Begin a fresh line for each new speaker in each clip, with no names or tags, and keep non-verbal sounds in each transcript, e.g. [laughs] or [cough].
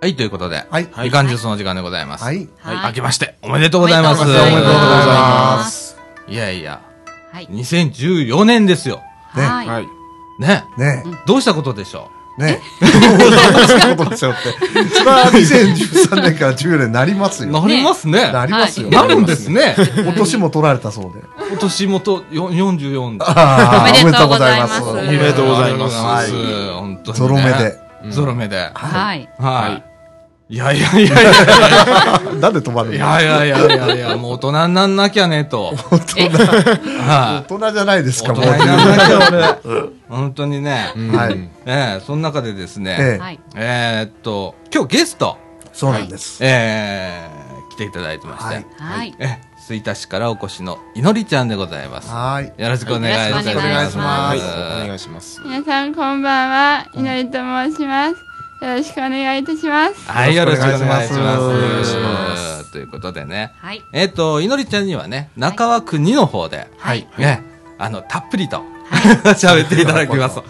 はい、ということで、
はい
みかんジュースの時間でございます。
はい。
はい明けまして、おめでとうございます。
おめ
お
で
めでとうござい
ま
ますす。
いやいや、
はい。
2014年ですよ。
ね
はい。
はい。
ね。
ね
どうしたことでしょ
え、 [laughs] ねえ。そういうことですよって。それは2013年から14年になります
う
よ。
なりますね。
なりますよ。
なるんですね。
お年も取られたそうで。
今年もとよ44だ。
あー
おめでとうございます
おめ
お
でとうござい
め
ま
で
とうございます
ありがとうございます本当にね。
ゾロ目で
うん。ゾロ目で。は
はい。
い。いやいやいやいや。
す。なんで止まるの
いやいやいやいやいや、もう大人になんなきゃねと。
大人、大
はい。
人じゃないですか、
大
も
人
う。
になんなきゃ俺。本当にね。
は
う
い
ん。
ええ、その中でですね。
え
は
え、
い。
えーっと、今日ゲスト、
そうなんです。
ええ、来ていただいてまし
は
て
い。
はい。
え、吹田市からお越しのいのりちゃんでございます。
はーい。
よろしくお願いいたします。
よろしくお願いしま
は
す
い。お願いします。
皆さんこんばんは、いのりと申します。よろしくお願いいたします。
はい、よろしくお願いします。
よろしくお願いし
ますということでね、
はい。
えっ、と、いのりちゃんにはね、中和国の方で、
はい。
ね、あの、たっぷりと、 [laughs] 喋っていただきます。
は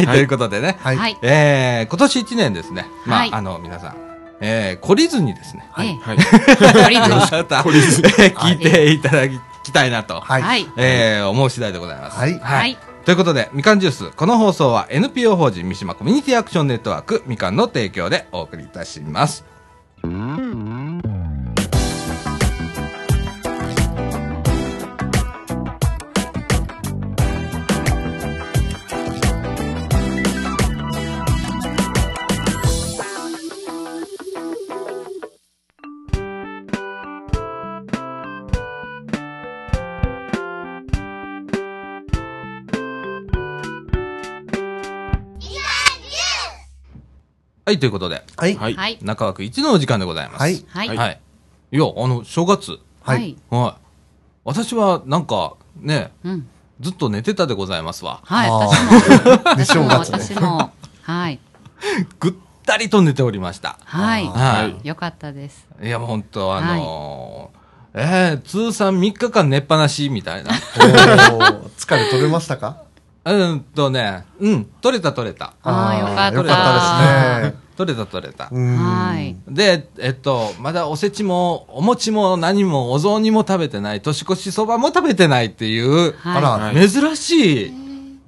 い
はい、 [laughs] ということでね、
は。
はいい。
えー、今年1年ですね、まあ、
はい
あの、皆さん、えー、懲りずにですね、
はい。
は
[laughs]
い。
またえー聞いていただきたいなと、
はい。
はい。
えー、思う次第でございます。
はい
はい。
ということで、みかんジュース、この放送は NPO 法人三島コミュニティアクションネットワークみかんの提供でお送りいたします。はい、ということで、
はい。
はい。
はい。
中枠一のお時間でございます。
はい。
はい。
はい。い、や、あの、正月、
は
はいい。
はい。私は、なんか、ね、
うん。
ずっと寝てたでございますわ。
はい。
あ
私も。
で
私
正
も。
月ね。
私も。はい。
ぐったりと寝ておりました。
は。
はい
よかったです。
い。いや、もう本当あのーえー、通算3日間寝っぱなし、みたいな。
おー疲れ取れましたか
うーんとね、うん、取れた取れた。
あーよかった
よかったですね。
取れた取れた。
うん
はい。
で、えっと、まだおせちも、お餅も何も、お雑煮も食べてない、年越しそばも食べてないっていう、
はい。
あら
はい
珍しい、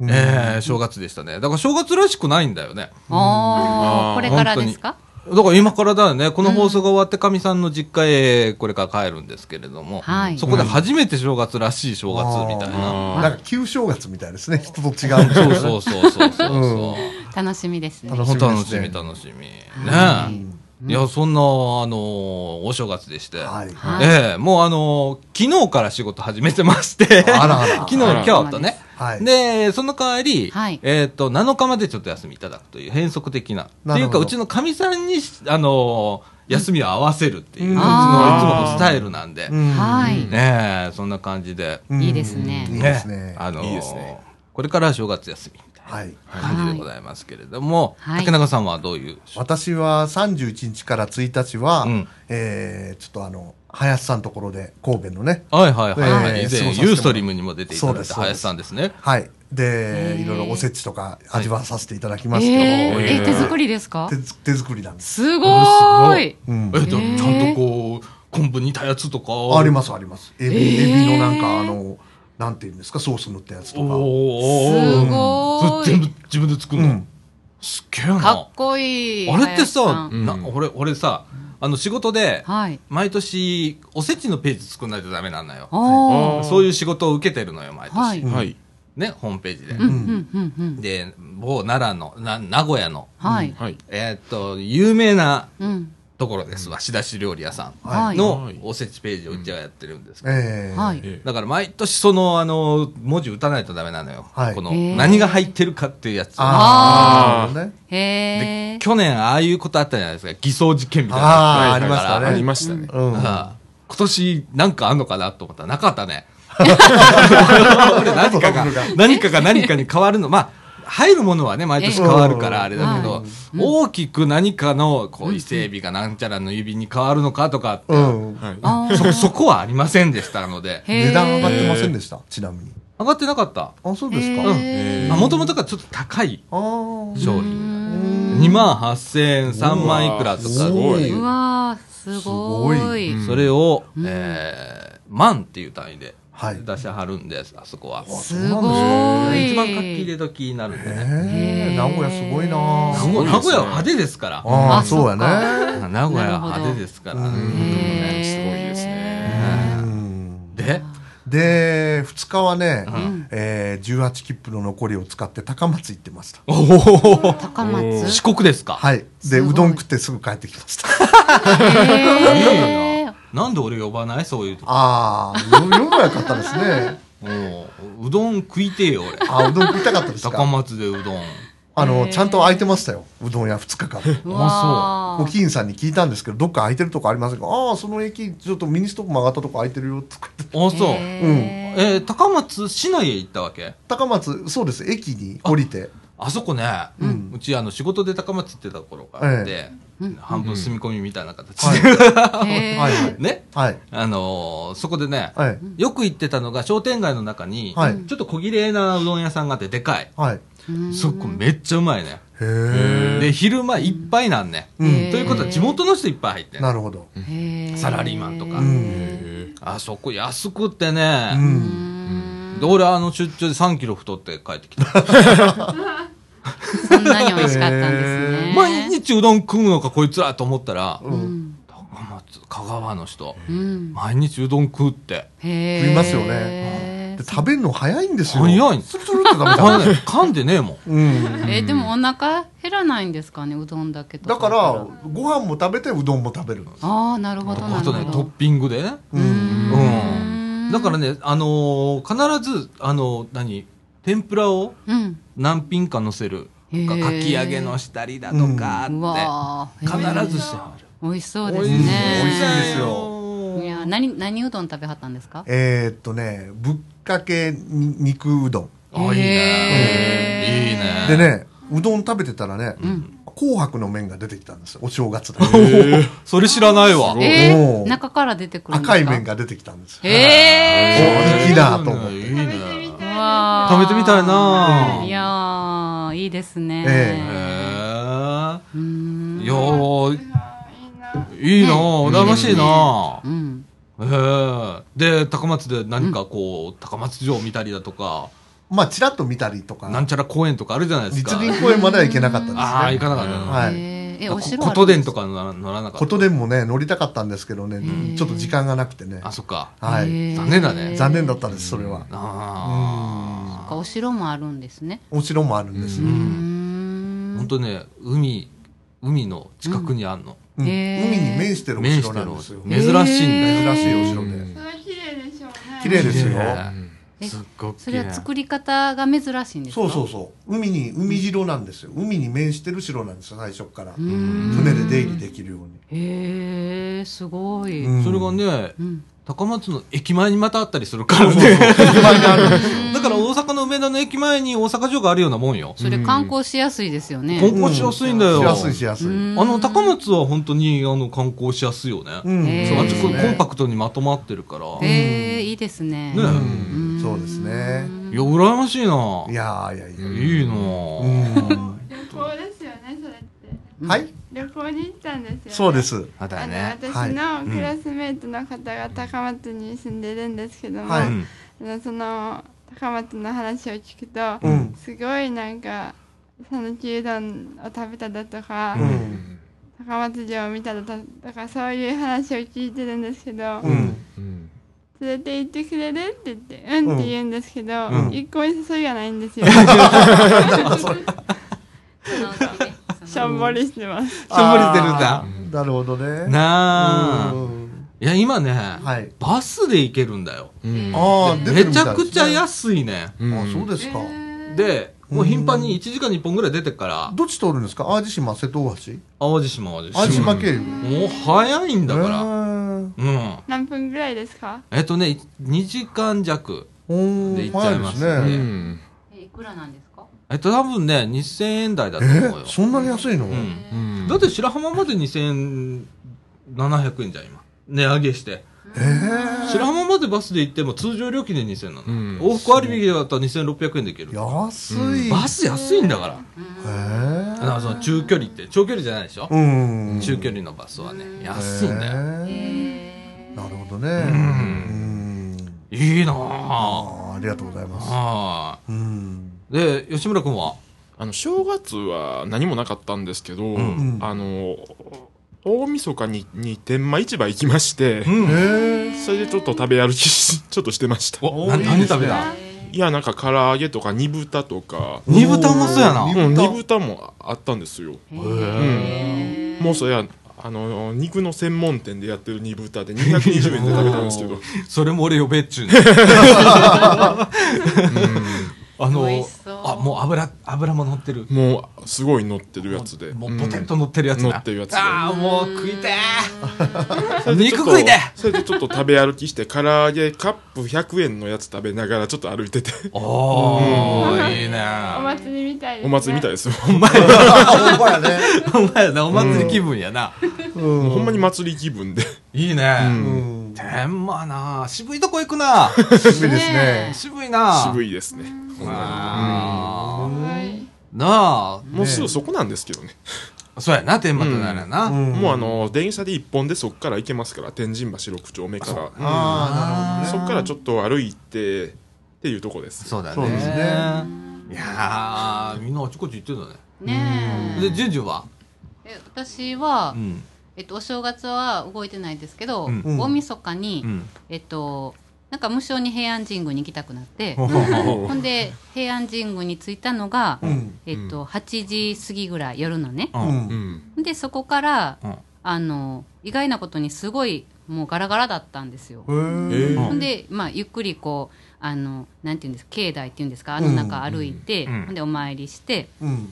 えー正月でしたね。だから正月らしくないんだよね。
お
あー
ー、これからですか
だから今からだよね、この放送が終わって、かみさんの実家へこれから帰るんですけれども、
はい
そこで初めて正月らしい正月みたいな。
あ
なんか旧正月みたいですね。人と違う。
そうそうそうそうそうそう。
楽しみですね。
楽
本当楽
し
し
み
み
ですね
楽しみ。ね
は
え。いや、そんな、あのーお正月でして。
はい。
はい
ええもうあのー昨日から仕事始めてまして、
あらあら
[laughs] 昨日、今日とね。
はい。
で、その代わり、
はい
えっ、と、7日までちょっと休みいただくという変則的な。
な
ってい
る
う
ほど
か、うちのかみさんに、あのー休みを合わせるっていう、うちのいつも
あ
のスタイルなんで、
うん
はい。
ねえ、そんな感じで、
うん
いいですね
いいですね。
あのー
いいですね
これからは正月休みみたいな
はい。
感じでございますけれども、
はい
竹中さんはどういう、
私は31日から1日は、
うん
えーちょっとあの、林さんのところで、神戸のね、
はいはいはいはい、
ええ
以
そうさせてもら
前、
う
ユーストリームにも出ていた
そう
だ
で
い
す
た
そうです
林さんですね。
はい。で
へ、ー
いろいろおせちとか味わわさせていただきました
え
け
ー、え、手作りですか
ど、手手作りなんです。
すごーい。
うん
えっと、
ええ
ちゃんとこう、昆布煮たやつとか。
ありますあります。エビ、
えー
エビのなんかあの、なんていうんですか、ソース塗ったやつとか。
お
す
ー
ご
それ全
ー
部
い。
自分で作る
う
の
ん。
すっげえな。
かっこいい。
あれってさ、
林
な俺、俺さ、あの仕事で、
さんはい。
毎年、おせちのページ作んないとダメなんだよ。
おー。
ー
そういう仕事を受けてるのよ、毎
は
年
い。
はい。
ね、ホームページで
う。んうんうんうん。
で、某奈良の、な名古屋の、
はい。
はい。
えーっと、有名な
うん。
ところですわ、仕出し料理屋さ
は
ん
い。
の
はい
おせちページをうちはやってるんですけど
えー
はい。
え
だから毎年その、あの、文字打たないとダメなのよ。
はい
この
へ、ー
何が入ってるかっていうやつ。
あーなる
あー
ほどね。
へ
で
ー。
去年、ああいうことあったじゃないですか。偽装事件みたいな。
ああ、
は
あ
い
りましたね。
ありましたね。
うん。
ああ今年なんかあんのかなと思ったらなかった
[laughs]
ね。俺何かが
トラブルが、
何かが何かに変わるの。まあ、入るものはね、毎年変わるからあれだけど、大きく何かの、こう、伊勢海老がなんちゃらの指に変わるのかとかって、
うん。
はい。
あー
そ、そこはありませんでしたので。
へー
値段上がってませんでした、ちなみに。
上がってなかった。
あ、そうですか。
へー
もともとがちょっと高い
ああ。
商品。
うーん
2万8000円、3万いくらとか
すごい。
う
うわ
わー、すご
すご
い。
それを、えー、万っていう単位で
はい
出しはるんです、あそこは。
すごい。
一番活気入れ時になるんで
え
ね。
ー名古屋すごいな
名
ぁ
古名古屋は派手ですから。
ああ
あ
そうやね
名古屋は派手ですから。
うん
へー
すごいですね。
うん
で、
で2日はね、
ん
えー、18切符の残りを使って高松行ってました
おお
高
おー
松
四。国ですか
はいです
ごいう
どん食ってすぐ帰ってきました
へー
なんで俺呼ばないそういうとこ。
ああよよばやかったですね
もう、うどん食いてえよ、俺。
あうどん食いたかったです
高
か
松でうどん。
あのちゃんと空いてましたようどん屋2日間
うわ
お
ー
きんさんに聞いたんですけどどっか空いてるとこありませんかああその駅ちょっとミニストップ曲がったとこ空いてるよとか [laughs] 言って
あ、そう。
へー
えー高松市内へ行ったわけ
高松そうです駅に降りて
あそこね、う
うん
ちあの仕事で高松行ってた頃があって、
うん
半分住み込みみたいな形
は
で、
い
へー
はいはい
[laughs] ね、
はい
あのーそこでね、
はい
よく行ってたのが商店街の中に、
はい
ちょっと小綺麗なうどん屋さんがあってでかい。
はいへ
うん
そこめっちゃうまいね。
え
で、昼間いっぱいなんね。
う
へ
ん
ー
ということは地元の人いっぱい入ってん
なるほど
へー
サラリーマンとか
うん
あそこ安くって
う
ね。
うんん
で、俺あの出張で3キロ太って帰ってきた。
そんなに美味しかったんですね。
毎日うどん食うのかこいつらと思ったら、
うん
高松、香川の人、
うん。
毎日うどん食うって。
食
食いますよねで食べるの早いんですよ
早いん
スルスルって食べた
噛んで噛んでねえもん。
うん
えーでもお腹減らないんですかねうどんだけと
だか
あ
らご飯も食べてうどんも食べる
あーなるほどな
あ
るほ
と
ど
ね、トッピングでね。
う
うん
うん
ん
だからね、あのー必ず、あのー何天ぷらを
うん
何品か乗せる。
へー
かき揚げのしたりだとか
う
あ
わ
って、
ー
必ずしてある。
美味しそう
美
です
味しい
ね
美味しいです
い
よ。
や何何うどん食べはったんですか
えーっとねぶっかけ肉うどん
あ、いいね。いいね。
で。ねうどん食べてたらね
ん
紅白の麺が出てきたんですよお正月で
それ知らないわ。
え
お
ー
ー
中から出てくるんですか
赤い麺が出てきたんですよ
え
おいいなと思って
いいね。
ーうわー
食べてみたいなぁ
いやーいいですね
え
へ
うーん
え。いやー、いいなぁ、羨ましいなぁ。
うん
へえで高松で何かこう、高松城見たりだとか
まあちらっと見たりと
な
か
んちゃら公園とかあるじゃないですか
立林公園までは行けなかったですね
ああ行かなかったな、
はい
えーえ
こ
お城ある
琴殿とか乗ら乗らなかった
ことでもね乗りたかったんですけどね
ん
ちょっと時間がなくてね
あそっか
は
へ
い
ー
残念だね
残念だったですそれは
あ
なんかお城もあるんですね。
お城もあるんです
うー
んあ
ん
本。当ね海海の近くにあんの、
うん
へー
海に面してるお
面し
城
て
な
る
んですよ
珍しいんだよ、
へー
珍しいお城で
うん
それ綺麗でしょうね
綺麗ですよ
うん
え
すっごく
それは作り方が珍しいんですか。
そうそうそう海に海城なんですよ海に面してる城なんですよ最初から
うーん。
船で出入りできるよう
へえすごい。
に
それがね
うん。
高松の駅前にまたあったりする [laughs] からねだから大阪の梅田の駅前に大阪城があるようなもんよ
それ観光しやすいですよね。
観光しやすいんだよ、
しやすいしやすいうん
うん
あの高松は本当にあの観光しやすいよね、
へー
そうあっちこう
ね
コンパクトにまとまってるから、
へえいいですね。
ね
うんそうですね
いや羨ましいない
やーいやいや
いいな、
うん
旅行ですよねそれって
はい
旅行に行ったんですよ、ね、
そうです
あだ
あ
よ
の
ね
私のクラスメートの方が高松に住んでるんですけども、
はい
あ
うん
のその高松の話を聞くと、
うん
すごいなんか讃岐うどんを食べただとか、
うん
高松城を見ただとかそういう話を聞いてるんですけど、
うん
うん
連れて行ってくれるって言ってうんって言うんですけど、
うん
一向に誘いがないんですよしょんぼりしてます
しょんぼりしてるんだ
あーなるほどね
なあ
うん
いや今ね、
はい
バスで行けるんだよ
うん
あー出て
め
るみ
ち
たい
ゃくちゃ安いね
いあそうですか
でもう頻繁に1時間に1本ぐらい出てから
どっち通るんですか淡路島瀬戸大橋
淡路島淡路
淡路
島
島経由
もう早いんだから、
ら
うん
何分ぐらいですか
えっとね2時間弱
お
で行
ー
っちゃ
早
い
いで
ますすね
う
ね
ん
えいくらなんですか。
えっと多分ね2000円台だと
え
思うよ
ーそんなに安いの
うん
うん
だって白浜まで2700円じゃん今値上げして
えー
白浜までバスで行っても通常料金で2000なの、
うん
往復割引だったら2600円で行ける
安い
バス安いんだから
へー
あのその中距離って長距離じゃないでしょ、
うん。
中距離のバスはね安いんだよ、
へーなるほどね。うん。
いいなあ
ああ、ありがとうございます。
あ
うん。
あで吉村君は
あの正月は何もなかったんですけど、
ん
あの大晦日にに天満市場行きまして、
へえ。
それでちょっと食べ歩きしちょっとしてました
お
い
ない
ですね
何食べた
いやなんか唐揚げとか煮豚とか、
煮豚もそうやな
おー
うん、
豚
煮豚もあったんですよ、
へ
もうそれはあの肉の専門店でやってる煮豚で220円で食べたんですけど
それも俺呼べっちゅうねあの
美味しそう
あもう油油も乗ってる
もうすごい乗ってるやつで
もうポテ
うん
ト乗ってるやつな、
乗ってるやつ
ああもう食いて
そ
え
れでち
肉
ょっと
食いてえ
それでちょっと食べ歩きして唐揚げカップ100円のやつ食べながらちょっと歩いてて
[laughs] おーいいね
お祭りみたいです、ね。
お祭りみたい
い。
ですよ
あ、ほんまやね。
お前らなお祭り気分やな、
うん。
[laughs] ほんまに祭り気分で
いいね、
うん。
天満な渋いとこ行くな
渋いですね。
渋いな
渋
い
いですね
あー
はい。
な
もうすぐそこなんですけどね
あそうやな天満とならな、
ん
もうあの電車で一本でそっから行けますから天神橋六丁目から
あ
そっからちょっと歩いてっていうとこです
そうだね
そうですね
いやーみんなあちこち行ってたね
ね
でジュンジュンは、
え私は、
ん
えっと、お正月は動いてないですけど、
うん
うん
大晦日に、
うん、
えっとなんか無償に平安神宮に行きたくなって、
なるほどね。
ほんで平安神宮に着いたのが、
うん。
えっと8時過ぎぐらい夜のね、
う
うんん
う。ん
でそこから、
うん
あの意外なことにすごいもうガラガラだったんですよ。
へえ。
うん
ほんで、まあ、ゆっくりこうあのなんていうんですか境内っていうんですかあの中歩いて、
うんうん
ほんでお参りして
うん。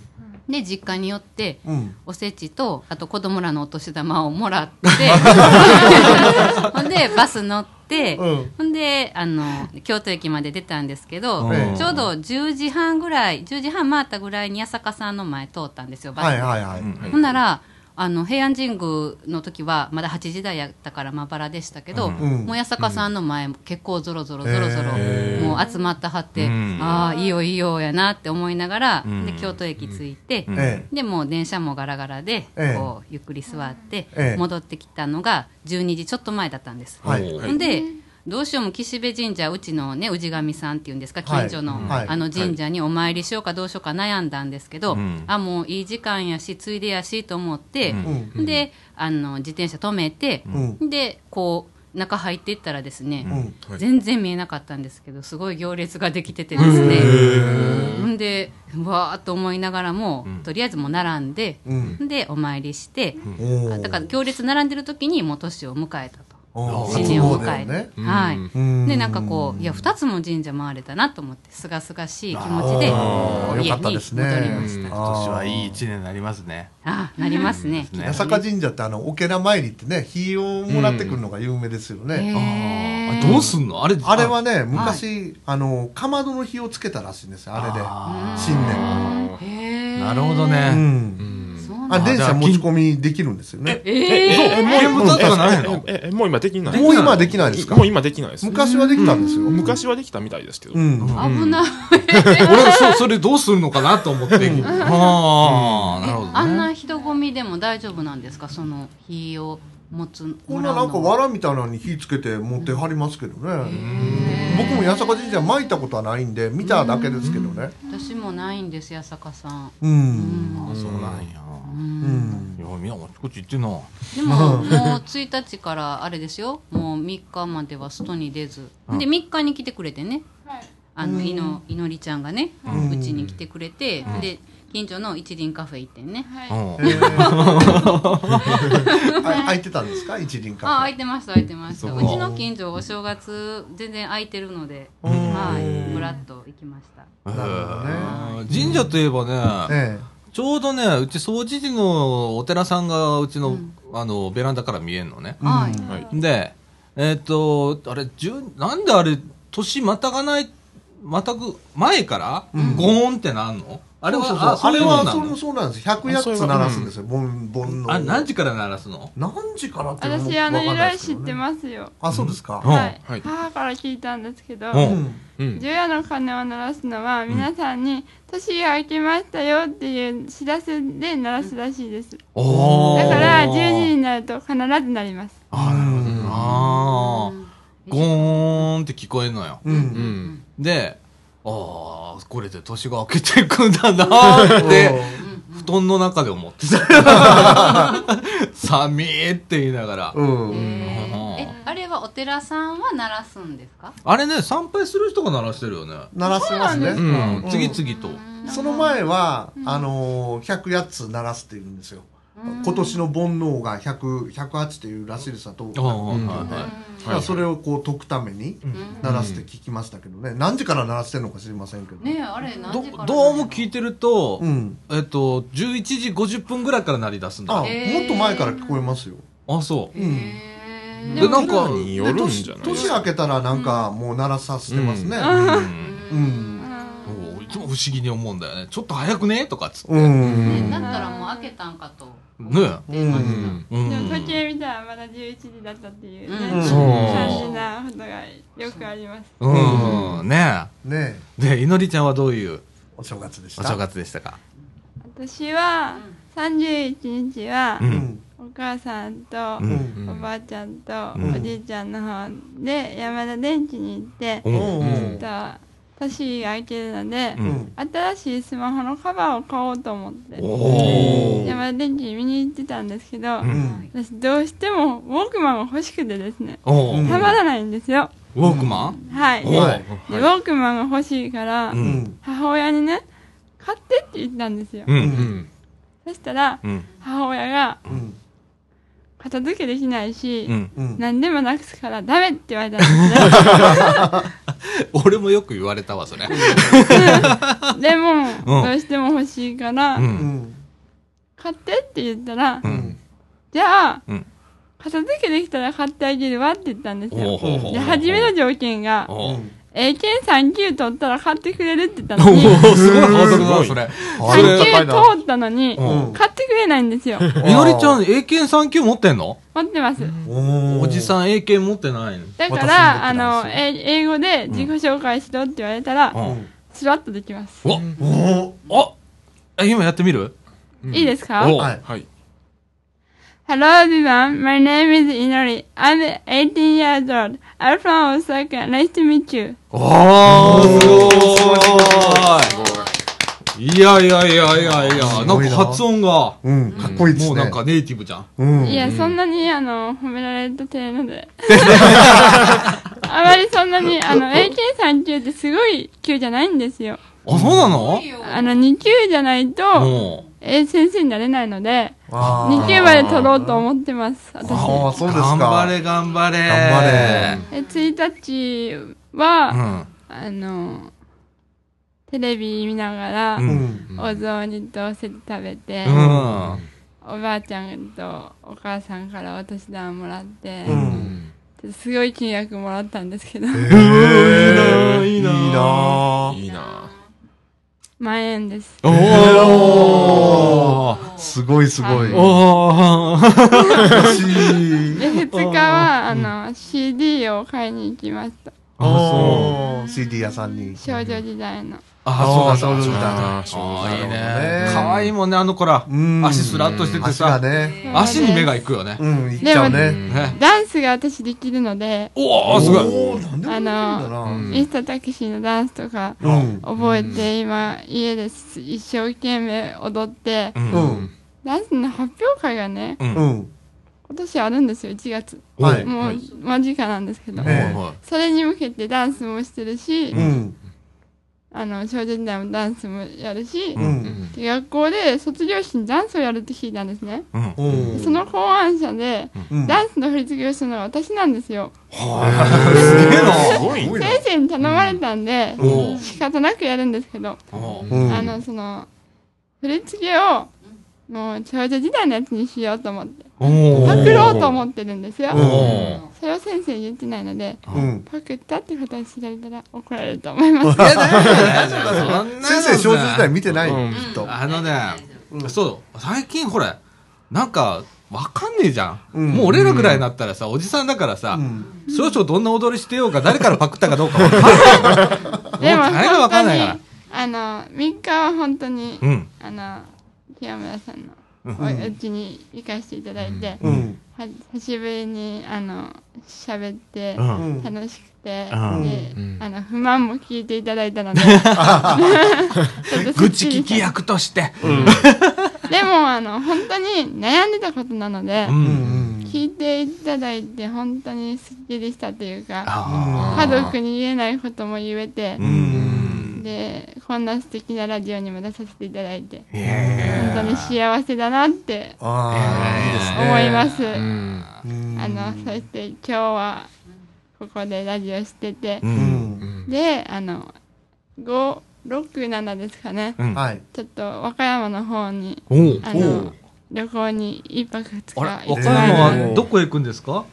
で実家に寄って
うん。
おせちとあと子供らのお年玉をもらってほんでバス乗って、
うん
ほんであの京都駅まで出たんですけど、
うん
ちょうど10時半ぐらい10時半回ったぐらいに八坂さんの前通ったんですよバスで、
はいはいはい。
ほんならあの平安神宮の時はまだ8時台やったからまばらでしたけど、
ん
もう八坂さんの前も結構ぞろぞろぞろぞろ
へ
もう集まったはって、
うん
ああいいよいいよやなって思いながら、
ん
で京都駅着いて、
うん
え
でもう電車もガラガラで、
ええ
こうゆっくり座って、
ええ
戻ってきたのが12時ちょっと前だったんです。
え。は
お
い。
ー
ほんでどうしようも岸辺神社うちのね氏神さんっていうんですか
はい
近所の、
はい
あの神社にお参りしようかどうしようか悩んだんですけど、
うん
あもういい時間やしついでやしと思って、
うん。
であの自転車止めて、
うん。
でこう中入っていったらですね、
うん。
全然見えなかったんですけどすごい行列ができててですねほんでうわーっと思いながらも、とりあえずもう並んで、
うん。
でお参りして、
お
あ
ー
だから行列並んでる時にもう年を迎えたと
おー
新年を迎え
初
て、
詣をね
はい、
うん
でなんかこういや2つも神社回れたなと思ってすがすがしい気持ちで
あーよ
家
かった
に
ですね
戻りまし
うん
た。
今年はいい一年になりますね
あなりますね。
ね
八坂神社ってあのお寺参りってね火をもらってくるのが有名ですよね、
へー
あどうすんのあれ
あれはね昔、あのかまどの火をつけたらしいんですよあれで
あ
新年
へー
なるほど
う
ね、
ん、
そうなんだ
あ電車持ち込みできるんですよね
えー
えもう煙とかならへんの
ええもう今できない
もう今できないですか
もう今できないです
昔はできたんですよ、うん
昔はできたみたいですけど
危ない。
俺そうそれどうするのかなと思ってああなるほど
あんな人混みでも大丈夫なんですかその火を持つ
こ
も
ん
ら
な
う
な
の
んか
は
藁みたいなのに火つけて持ってはりますけどね僕も八坂神社巻いたことはないんで見ただけですけどね
私もないんです八坂さん。
うん
あそうなんや
うん
いやみんなあちこち行ってんな
でももう1日からあれですよもう3日までは外に出ず
[laughs]
で3日に来てくれてね
はい。
あのいのいのりちゃんがねうちに来てくれてで近所の一輪カフェ行ってね
はい。
うん
[laughs]
えーあ開いてたんですか一輪か
あ空いてました空いてました
そうう
ちの近所お正月全然空いてるのではいぶらっと行きました
なるほどね
神社といえばね、
え
ちょうどねうち総知事のお寺さんがうちの,、あのベランダから見えるのね、
はい
はい
でえっ、とあれ十なんであれ年またがない全く前から、ゴーンってなんのあれは、
そうそう
あ
そ
そ
うあ
ういう
れ
の
は
な
それ
の
もそうなんです百やつ鳴らすんですよボンボンの
あ、何時から鳴らすの
何時からって
私あの由来知
知
ってますよ、
あそうですか
うん
はい、
はい
母から聞いたんですけど、
うん
うん。
除夜の鐘を鳴らすのは皆さんに「年が明けましたよ」っていう知らせで鳴らすらしいです
おー
だから12時になると必ず鳴ります
あなるほど
うん
なゴーンって聞こえんのよ。
うん、
う
うん
ん。
で、ああ、これで年が明けていくんだなーって、布団の中で思ってた。 [laughs] 寒いって言いながら。
うん、
え
うん
ーえあれはお寺さんは鳴らすんですか
あれね、参拝する人が鳴らしてるよね。
鳴らせますね
そう
うん
ん。
次々と。
その前は、あのー、百八つ鳴らすって言うんですよ。今年の煩悩が百百八っていうらしいですわと。
ああ、はい
うん
は
だからそれをこう解くために鳴らすって聞きましたけどね。何時から鳴らしてるのか知りませんけど。
ねえあれ何時
い
か
ど。
ら
どうも聞いてると
う、ん。
えっと、11時50分ぐらいから鳴り出すん
あ、
だ
も。
へー
っと前から聞こえますよ。
あ、そう。
うん
へー
でなんか
寺によ
で
るんじ
年
ゃないです
年
か。
明けたらなんかもう鳴らさせてますね。
うん
うん。
そういつも不思議に思うんだよね。ちょっと早くねとかっつって。
う
ね
ん。
だったらもう開けたんかと
ね
出ました、
うん
うん
でも時計見たらまだ11時だったっていうね、
うん
そう
感じなことがよくあります
うん、ね
ねえ
え。で、いのりちゃんはどういう
お正月でし
お
た。
正月でしたか
私は31日は
う。
うんん。
お母さんと
う
うんん。
おばあちゃんと
うん
おじいちゃんの方で山田電機に行って
う。
うんん。
と年が明けるので
う。
うんん。
新しいスマホのカバーを買おうと思って
おー。
山田電機に見に行ってたんですけど
うん
うん
私どうしてもウォークマンが欲しくてですね
お
う
ー
ん
たまらないんですよ
ウォークマン
はい
おー。
でウォークマンが欲しいから
うん
うん。
母親にね買ってって言ったんですよ
う。
うんん。
そしたら
うん。
母親が
うん。
片付けできないし、
うん。
うん。
何でもなくすからダメって言われたんですね
俺もよく言われたわ、それ。
でも、
ん
どうしても欲しいから、
う。
うんん。
買ってって言ったら、
うん。
じゃあ、
うん
片付けできたら買ってあげるわって言ったんです
おー
よ
ほうほうほう。
で初めの条件が
おー。
英検3級取ったら買ってくれるって言った
お
のに
ー、すごい法則だわ、それ。
あ
それ
3級通ったのに
うん
買ってくれないんですよ
いのりちゃん、英検3級持ってんの
持ってます
お
おじ
ん。
さん英検持ってないの
だか
私
らあ
持ってたん
の
ですよ
え英語で自己紹介しろって言われたら、
うん
スラッとできます、
お
お
おえ今やってみる
いいですか
お
お。はい。
はい。
Hello everyone, my name is Inori. I'm 18 years old. I'm from Osaka. Nice to meet you.
おー、すごいいやいやいやいやいや、
す
なん
ごい
か
な
発音が、
うん。かっこいいです
も
ね。
うなんかネイティブじゃん。
うん。
いや、そんなにあの、褒められた程度
[laughs]
で。あまりそんなに、あの、AK3 級ってすごい級じゃないんですよ。
あ、そうなの
あの、2級じゃないと、
も
え先生になれないので、
あー
2級まで取ろうと思ってます、私。
ああ、そう
う、
ですか。
頑張れ頑張れ。
頑
え、1日は、
うん。
あの、テレビ見ながら、
う
うんん。
お雑煮とせて食べて、
うん。
おばあちゃんとお母さんからお年玉もらって、
う
ち
ん。
ょっとすごい金額もらったんですけど、
ーいいない
いなあ
いいな。
万円です。
おー
すごいすごい。
おー
嬉しい。
で、2日は、あの、CD を買いに行きました。
おー CD 屋さんに。
少女時代の。
あ、そうだ、
あ
そ
ーそうう
だ。
だ
あーいいね。
なるほどね
可愛いもんね、あの子ら。
うん
足スラッとしてて
足が
さ、
ね。
足に目が行くよね。
うん、いっちゃうね。
ね
ダンスが私できるので、
おー、すごい。
おーなんでもできるんだ
あの
な。
うん
インスタタクシーのダンスとか
うん。
覚えて、今、家です一生懸命踊って、
う
うんん。
ダンスの発表会がね、
うん。
今年あるんですよ、1月。
はい。
もう、間近なんですけど。
ええ
は
それに向けてダンスもしてるし、
うん。
あの少女時代もダンスもやるし、
う。
うんん。
で学校で卒業式にダンスをやるって聞いたんですね、
いうん
うん。
その考案者で、
うん、
ダンスの振り付けをするのが私なんですよ、
すげえ
す
な。
ごいな。
先生に頼まれたんで、
おー
仕方なくやるんですけど、
おー
うん
あのその振り付けをもう少女時代のやつにしようと思って
おお
パクろうと思ってるんですよ
おー
それを先生に言ってないので
うん。
パクったってことを知られたら怒られると思います
いや、大丈夫、大丈夫そんなのさ
先生、少女時代見てないよ
うん
きっと。
あのね、そう、最近ほら、なんか、わかんねえじゃん,、
うん
もう俺らぐらいになったらさ、おじさんだからさ、
うん
少々どんな踊りしてようか、誰からパクったかどうかわかんないから。
でも
う誰がわ
本
か
当
んない
に
から。
あの3日は本当に、
うん。
あの清村さんのおうちに行かせていただいて、
うん。
は久しぶりにあの喋って
う、。
うんん。
楽しくて、
うん
で、
うん
あの不満も聞いていただいたので [laughs]
[laughs] 愚痴聞き役として。
でもあの本当に悩んでたことなので、
うん。
うん。
聞いていただいて本当にすっきりしたというか
あ
家
ー
族に言えないことも言えて
う、ん。
でこんな素敵なラジオにも出させていただいて
へ
本当に幸せだなって
ああ、いいですね。
思います、
うん
うん
あのそして今日はここでラジオして
え
て
う、。
うん。
うんん
であの567ですかね
うん。
はい。
ちょっと和歌山の方に
おう
あ
お
の
う
旅行に一泊二日
あれ、
行
和
き
歌
ま
山
した
はどこへ行くんですか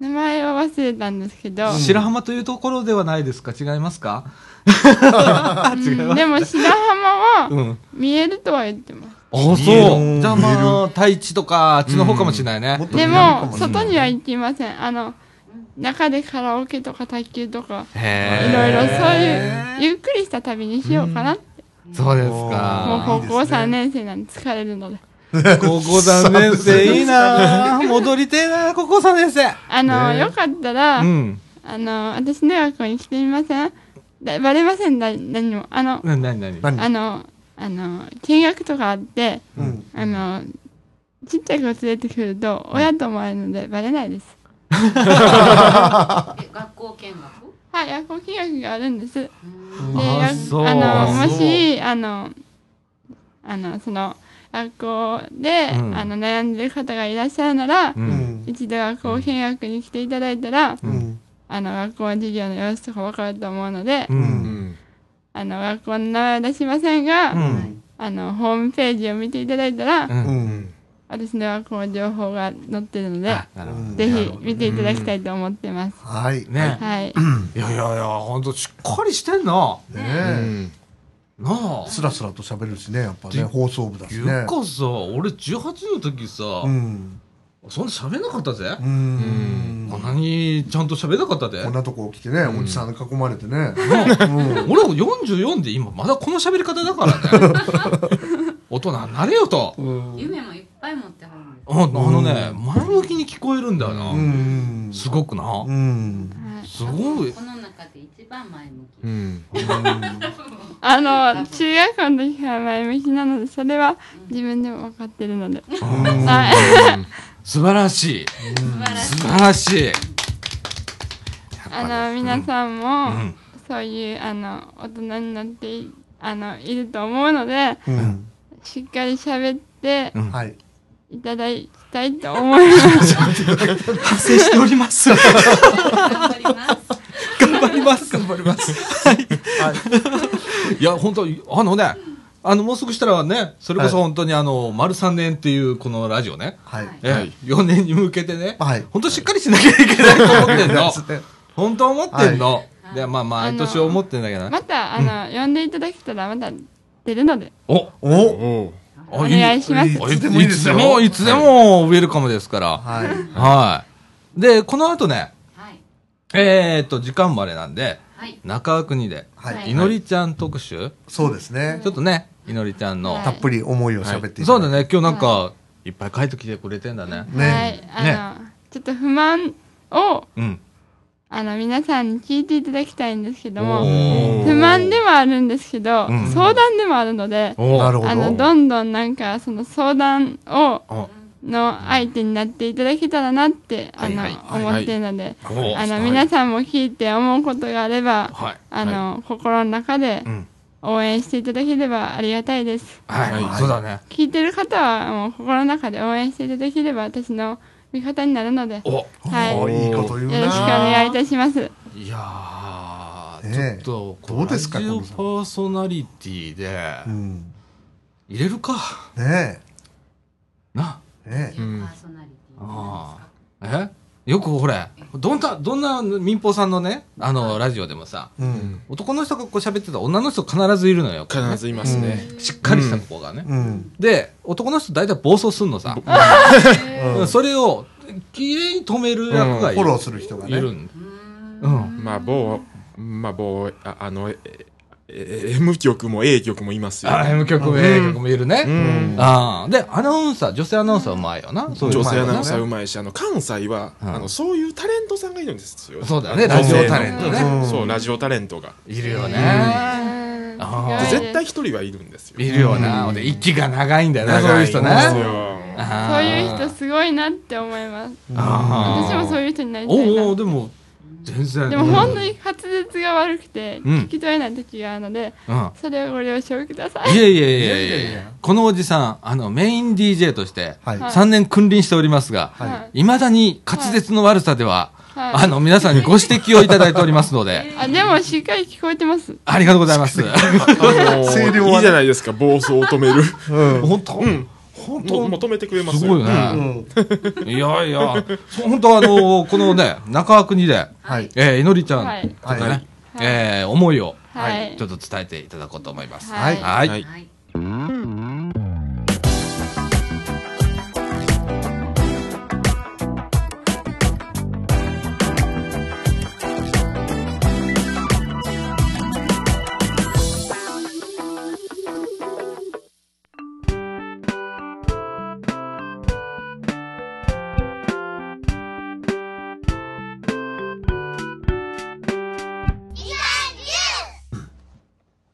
名前を忘れたんですけど、
白浜というところではないですか違いますか違い
うん
ます。
でも白浜は
うん。
見えるとは言ってます、
ああ、
見え
そう。
る
じゃあまあ、太一とか、あっちの方かもしれないね。
もっと
で
見えるか
も
ね
外には行きませんあの中でカラオケとか卓球とか
へえ。
いろいろそういうゆっくりした旅にしようかなって、
そうです
うん
も
か。
う高校
いいですね
3年生なんで疲れるので
高校3年生いいなぁ戻りてえなぁ高校3年生。
あの、よかったら、
うん。
あの私の学校に来てみませんだバレませんだ何もあの
なになになに
何
あのあの見学とかあって
うん。
あのちっちゃい子連れてくると親と思われるのでバレないです
え学校見学
はい夜行見学があるんですで
あ
学
そう
あ
あ
のも
そう
しあのあのその学校で、
うん
あの悩んでる方がいらっしゃるなら、
う。
うんん。
一度学校見学に来ていただいたら、
うん。
あの学校の授業の様子とか分かると思うので、
う。
うんん
あの学校の名前は出しませんが、
うん。
あのホームページを見ていただいたら、
う。
うんん。
私の学校の情報が載ってるので
あ、なるほど
ぜひ見ていただきたいと思ってます。
はい。ね
ね
はい。
いやいやいや、ほんとしっかりしてんな
う
え。
ん
なあ。
スラスラと喋るしね、やっぱ
で
ね、放送部だし
ゆ
ね
っ。かさ、俺18の時さ、
うん。
そんな喋んなかったぜ
う。ん。
こんなにちゃんと喋んなかったで
こん。なとこ来てね、おじさんに囲まれてね。うん
俺も44で今まだこの喋り方だからね。
[laughs]
大人になれよと。
夢もいっぱい持ってはるんです
ああのね、前向きに聞こえるんだよ
う
な。
ん。
すごくな
う。ん。
はい
すごい
こ。の中で一番前向き
うん
あの、中学校の時から前向きなので、それは自分でも分かってるので。はい。
素晴らしい。
素晴らしい
素晴らしい。やっぱ
あ
ね
の、皆さんも、
うん
そういう、あの、大人になってい、あの、いると思うので、
うん。
しっかり喋って
はい。
いただきたいと思い
[laughs]
ます。
反省しております。 [laughs] 頑
頑張ります
張ります。頑張ります。 [laughs] いや、本当あのね、あの、もうすぐしたらね、それこそ本当にあの、丸3年っていうこのラジオね、
はい。
ええ4年に向けてね、
はい
本当しっかりしなきゃいけないと思ってんの
[laughs] そうですね。
本当思ってんの。で、まあ、まあ
あ
毎
の
年思ってんだけどね。
また、あの、呼んでいただけたら、また出るので、
お
お
おう
お
お願いします。
いつでもいいです
いつで
よ
も、いつでも、ウェルカムですから。
はい。
はい。で、この後ね、
はい
えーっと、時間までなんで、
はい
中川国で、
はい。
いのりちゃん特集、
そうですね
ち。ょっとね、いのりちゃんの。
はい
たっぷり思いを喋っていた
そう
だ
だ
いて
ね、今日なんか、いっぱい書いてきてくれてんだね。
はい
ね。。
あの、ちょっと不満を、
うん。
あの、皆さんに聞いていただきたいんですけど
お
も、
ー
不満ではあるんですけど、
うん
相談でもあるので、
お
なるほど
あの、どんどんなんか、その相談を、の相手になっていただけたらなって、あの、
はい
いはい
思ってるので、
ど。お
あの、皆さんも聞いて思うことがあれば、
はい
あの、心の中で
ん
応援していただければありがたいです。
はい、そうだね。
聞いてる方は、もう心の中で応援していただければ、私の味方になるので、
お
はい。
お
よろし
いいこと言う
くお
な。
願いいたします。
いやー、
ねえ
ちょっと、こ
どうですか
ラジオ
近藤さん
パーソナリティで
う、ん。
入れるか。
ねえ。
な
ね
いうパーソナリティなんですか
えよくほれどんなどんな民放さんのねあのラジオでもさ
うん
男の人がこう喋ってたら女の人必ずいるのよ
必ずいますね。
しっかりした子がね、
うん
で男の人大体暴走すんのさ、
うん
それをきれいに止める役がい
フォ
る,、
ローする人が
い
ね
るんうん
まあ某まあ某ああのええ M 曲も A 曲もいますよ。
あ M 曲も
うん
A 曲もいるね、
うん。
ああでアナウンサー女性アナウンサーうまいよな、そういう
女
の
性アナウンサー
ね
うまいし、あの関西は、
うん
あのそういうタレントさんがいるんですよ。
そうだよね
あの
ラジオタレント
女性の
ね
そうラジオタレントが
いるよね、あー
すごい
絶
です
対一人はいるんですよ。
いるよな、で息が長いんだよなそういう
長いんです
人
よ
ね
そ
あ
う
ー
いう人すごいなって思います
あ
私もそう
いう
いう人になりたい
おうおう
な
でも全然
でも本当に滑舌が悪くて
うん
聞き取れない時があるので
うん
それをご了承くださ
い
い
やいやいやい
い
や
や
い
い
や
やいや
このおじさん、あの、メイン DJ として、
はい
はい
3年君臨しておりますが、
はい
はい
いまだに滑舌の悪さでは、
はい
あの、皆さんにご指摘をいただいておりますので、
あでもしっかり聞こえてます
ありがとうございます。
あ [laughs] の
声量はい
いじゃないですか、暴走を止める。
う
[laughs]
ん
本当
うん。
本
も
当
うもう止めてくれます
す
よ。
ごいよ
う
ね。
ん
いやいや、そう本当あの、このね、中川国で、
はい
えー、いのりちゃん、
はい
ちょっとね、
はい
えー思いを、
はい
ちょっと伝えていただこうと思います。
はい
はい。
はい
はい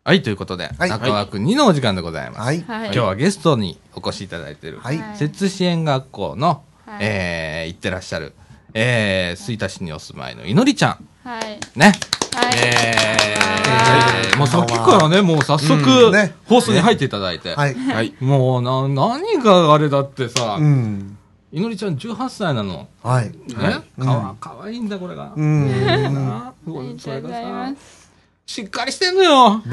はい、ということで、
はい
中川国のお時間でございます。
はい
はい
今日はゲストにお越しいただいている、
はい
はい
摂津支援学校の、
はい
えー行ってらっしゃる、えー、吹田市にお住まいのいのりちゃん。
はい
ね。
はい
えーもうさっき
こんばん
からね、もう早速、
うんね
放送に入っていただいて。
はい
はい。
もうな、何があれだってさ、
うん
いのりちゃん18歳なの。
はい
ね、
うん
かわかわいいんだ、これが。
うんね
な
ありが
そ
と
れ
う
が
ござい
さ
ま、す
しっかりしてんのよ。
[laughs] え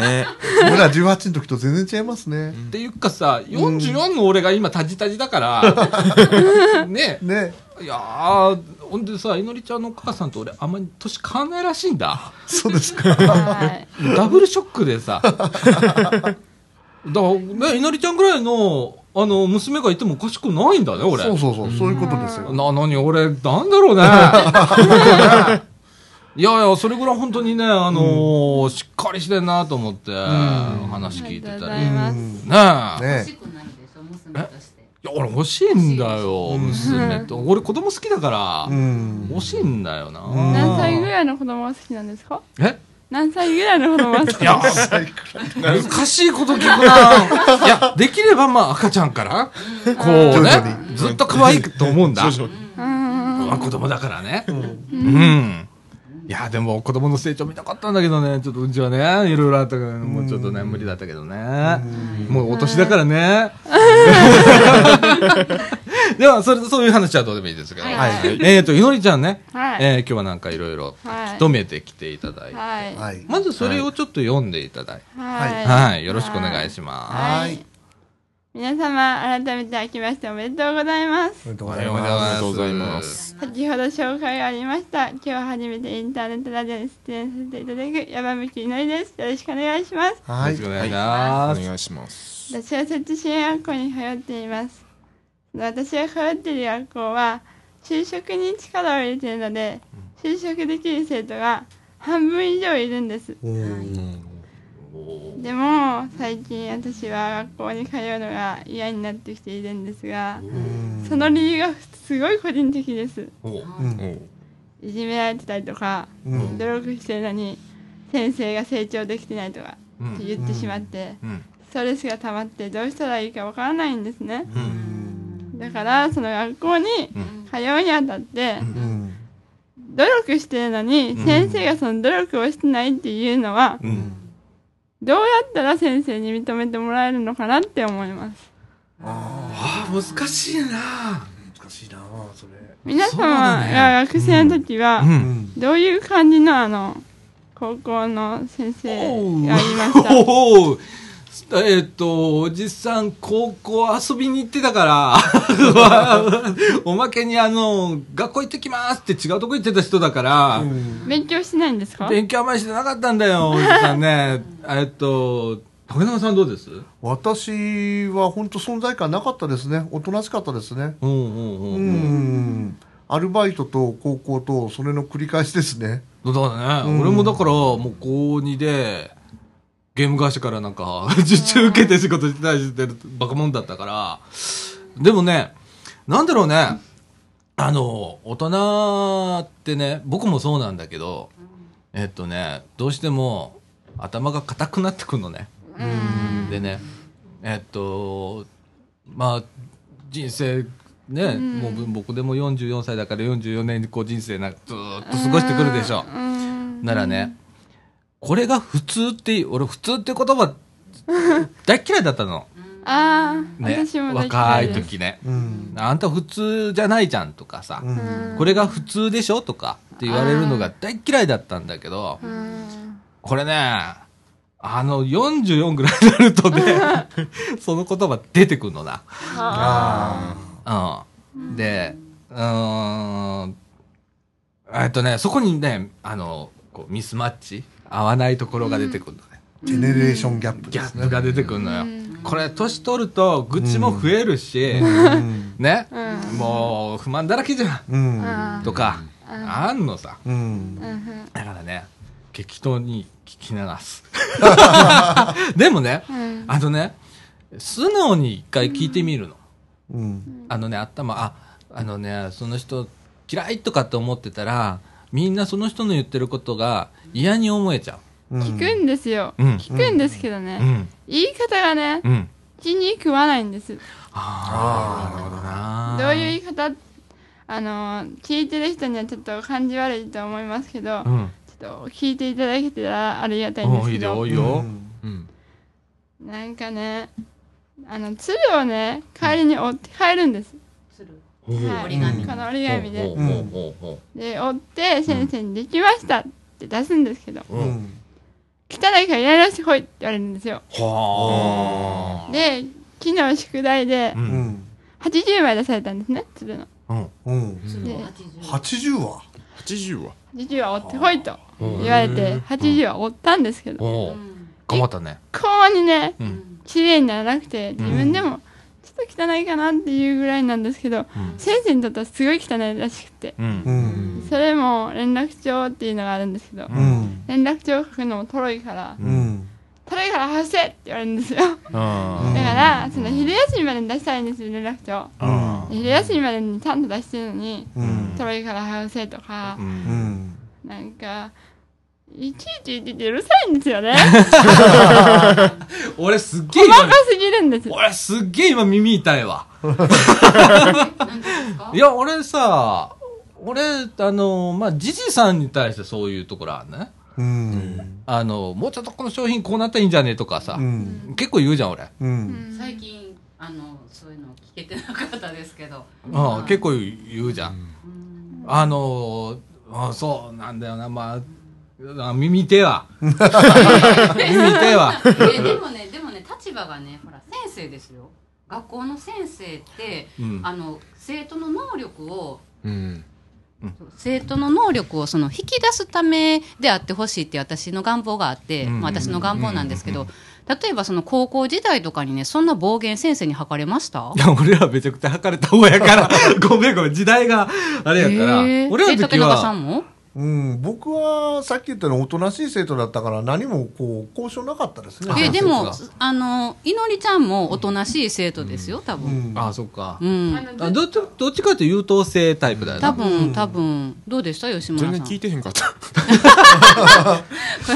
ね。
俺ら18の時と全然違いますね
っていうかさ、44の俺が今タジタジだから、
[laughs]
ね
ね
いやー、ほんでさ、いのりちゃんのお母さんと俺、あんまり年変わんないらしいんだ。
そうですか
はい
ダブルショックでさ。だから、ね、いのりちゃんぐらいの、あの、娘がいてもおかしくないんだね、俺。
[laughs] そうそうそうそういうことですよ
なのに俺、なんだろうね。いやいや、それぐらい本当にね、あのーしっかりしてんなと思って、話聞いて
ありが
た
とう
り。
ござ
ね
います
うん
え。いや、
欲
ね
しくないでしょ娘として
俺欲しいんだよ、娘と。俺子供好きだから
う、ん
欲しいんだよな。
何歳ぐらいの子供が好きなんですか
え
何歳ぐらいの子
[laughs]
供が好き
いや、難しいこと聞くな。いや、できればまあ赤ちゃんから、こう
徐
ね
々、
ずっと可愛いと思うんだ。
徐々に
うん
まあ子供だからね。うん。いや、でも子供の成長見たかったんだけどね、ちょっとうちはね、いろいろあったから、もうちょっとね、無理だったけどね。もうお年だからね。では、それ、そういう話はどうでもいいですけど。
はい
えっと、いのりちゃんね、
はい
えー今日はなんかいろいろ、
はい
努めてきていただいて。
はいはい
はい
まずそれをちょっと読んでいただいて。
は
はい、よろしくお願いしま
はい
皆様改めて明けましておめでとうございます
おめでと
す。お
うござ
はいようござい
ます
ありがとうござい
ま。
ます
先ほど紹介がありました今日初めてインターネットラジオに出演させていただく山口いのりですよろしくお願いします
よ
は
ろ
い
しくお願いします。
お願いします。
私は摂津支援学校に通っています私が通っている学校は就職に力を入れているので就職できる生徒が半分以上いるんです
おー
でも最近私は学校に通うのが嫌になってきているんですがその理由がすごい個人的です
お
うん
いじめられてたりとか
うん
努力してるのに先生が成長できてないとかって言ってしまって
うん
ストレスが溜まってどうしたらいいかわからないんですね
うん
だからその学校に通うにあたって
うん
努力してるのに先生がその努力をしてないっていうのは
うん
どうやったら先生に認めてもらえるのかなって思います
あー難しいな
難しいなそれ
皆様
そうだ
が学生の時は
うん
どういう感じのあの高校の先生がいました
おおえっ、と、おじさん、高校遊びに行ってたから、おまけにあの、学校行ってきますって違うとこ行ってた人だから、
勉強しないんですか
勉強あんまりしてなかったんだよ、おじさんね。えっと、竹中さんどうです
私は本当存在感なかったですねおとなしかったですね
うんうんうん。
う
うん
んアルバイトと高校とそれの繰り返しですね
だからね、
うん
俺もだから、もう高2で、ゲーム会社からなんか、受注受けて仕事してたりしてるバカ者だったから、でもね、なんだろうね、あの、大人ってね、僕もそうなんだけど、えっとね、どうしても頭が硬くなってくるのね。
うん
でね、えっと、まあ、人生、ね、
ん
もう僕でも44歳だから44年にこう人生なんかずーっと過ごしてくるでしょ。
うん
ならね、これが普通って、俺普通って言葉、大っ嫌いだったの。
ああ、
ね。
私も大
若
嫌
い
です
時ね。
うん
あんた普通じゃないじゃんとかさ
う、ん
うん
これが普通でしょとかって言われるのが大っ嫌いだったんだけど、
うん
これね、あの44ぐらいになるとね、
[laughs]
その言葉出てくるのな。
あ
うん。で、うーん、えっとね、そこにね、あの、こうミスマッチ合わないところが出てくるのね。
ージェネレーションギャップ
ギ
で
ャ
す
ップ
ね
が出てくるのよ、
うん
これ年取ると愚痴も増えるし、
うん
ね、
う
もう不満だらけじゃ
うん
ん
あ
とか、
うん
あんのさ
うん
ーうん
だからね適当に聞き流
[laughs]
すでもね
うん
あとね素直に一回聞いてみるの、
うん
あのね頭ああのねその人嫌いとかって思ってたらみんなその人の言ってることが嫌に思えちゃ
うん
聞くんですよ。
うん
聞くんですけど
う
ね。
うん
言い方がね、
うん
気に食わないんです。
ああなるほどな
どういう言い方あの聞いてる人にはちょっと感じ悪いと思いますけど、
うん
ちょっと聞いていただけたらありがたいんで
多
す
い
け
で
ど
多いよ、
うん
なんかねあの鶴をね帰りに折って帰るんです、
する
はい、
折り紙
この折り紙で
ほうほうほうほ
で折って先生に「できました」って出すんですけど
ううん
「汚いからやり直してこい」って言われるんですよ
はあ
で昨日宿題で
う
うんん
80枚出されたんですね鶴の
うん
うん
する
ね
80
80は
80は
80は折ってこいと
うん
言われて80は折ったんですけど
お
う
お
ん
頑張ったね
こうにね
う
うんん
綺麗にならなくて自分でもちょっと汚いかなっていうぐらいなんですけど、
ん
先生にとってはすごい汚いらしくて
う
うんん
それも連絡帳っていうのがあるんですけど、
うん
連絡帳を書くのもとろいから
うん
「とろいから発せ!」って言われるんですよだか
うん
らその昼休みまでに出したいんですよ連絡帳
うん
昼休みまでにちゃんと出してるのに
うん
「とろいから発せ!」とか
う、
うんん
なんかいちいちいちいちうるさいんですよね
俺すっげえ
細
今
かすぎるんです
俺すっげえ今耳痛いわ
何ですか
いや俺さ俺あのまあじじさんに対してそういうところあるね
うん
あのもうちょっとこの商品こうなったらいいんじゃねとかさ
うん
結構言うじゃん俺
う
うんん
最近あのそういうの聞けてなかったですけど
うん結構言うじゃん
うん
あのーあそうなんだよな、まあ、あ耳痛え
[laughs]
わ。耳痛えわ。 [laughs]
えでもねでもね立場がねほら先生ですよ学校の先生って、
うん
あの生徒の能力を
うん
生徒の能力をその引き出すためであってほしいって私の願望があって、
うん
まあ、私の願望なんですけど、
うん
例えばその高校時代とかにねそんな暴言先生に吐かれました
いや、俺らめちゃくちゃ測れた方や
[laughs]
から、ごめんごめん、時代があれやから、
えー
俺ら
え
の時
竹中さ
は、
んも
うん、僕はさっき言ったようにおとなしい生徒だったから何もこう交渉なかったですね。
あ
えでも
そ
あのいのりちゃんもおとなしい生徒ですよ多
う
分、
ん、
あそっか
う。ん
あ
[laughs]
の
あどっちどっちかというと優等生タイプだよな。
多分多分どうでした吉
全
村さ
然
ん
聞いてへんかった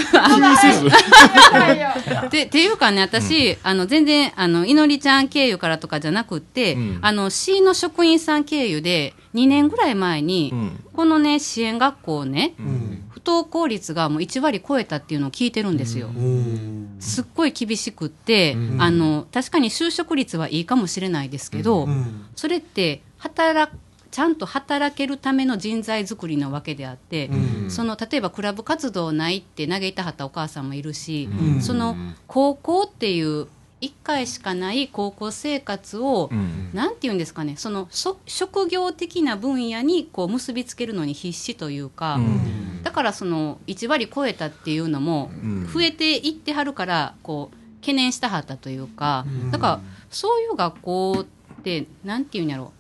はいよ
でっていうかね私、あの全然あのいのりちゃん経由からとかじゃなくって、
うん
あの市の職員さん経由で2年ぐらい前に、
うん
このね支援学校ね、
うん、
不登校率がもう1割超えたっていうのを聞いてるんですよ。
うん、
すっごい厳しくって、
うん
あの確かに就職率はいいかもしれないですけど、
うん、
それって働ちゃんと働けるための人材作りなわけであって、
うん
その例えばクラブ活動ないって嘆いたはったお母さんもいるし、
うん
その高校っていう1回しかない高校生活を、
うん
なんて言うんですかねそのそ職業的な分野にこう結びつけるのに必死というか、
ん
だからその1割超えたっていうのも増えていってはるからこう懸念したはったというか、だからそういう学校ってなんて言うんやろ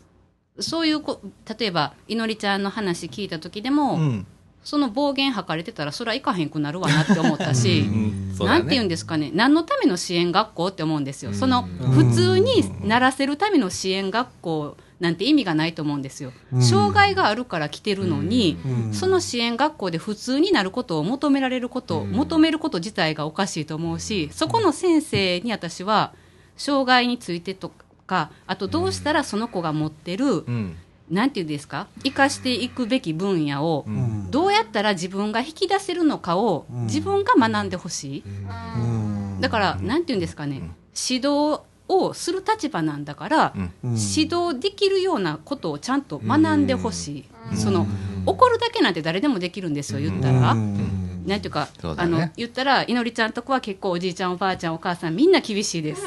うそういうこ例えばいのりちゃんの話聞いた時でも、
うん
その暴言吐かれてたらそりゃ行かへんくなるわなって思ったし。
うんそうだ
な
ね
んて言うんですかね何のための支援学校って思うんですよ、その
うん
普通にならせるための支援学校なんて意味がないと思うんですよ、障害があるから来てるのに、
うん
その支援学校で普通になることを求められること、求めること自体がおかしいと思うしそこの先生に私は障害についてとかあとどうしたらその子が持ってる、
うん
なんていうんですか生かしていくべき分野を、
うん
どうやったら自分が引き出せるのかを
うん
自分が学んでほしい、
うん
だから、なんていうんですかね、指導をする立場なんだから、
うん
うん
指導できるようなことをちゃんと学んでほしい、その怒るだけなんて誰でもできるんですよ言ったら。
うん
なんていうか
そうだ
あ
ね
の言ったらいのりちゃんとこは結構おじいちゃんおばあちゃんお母さんみんな厳しいです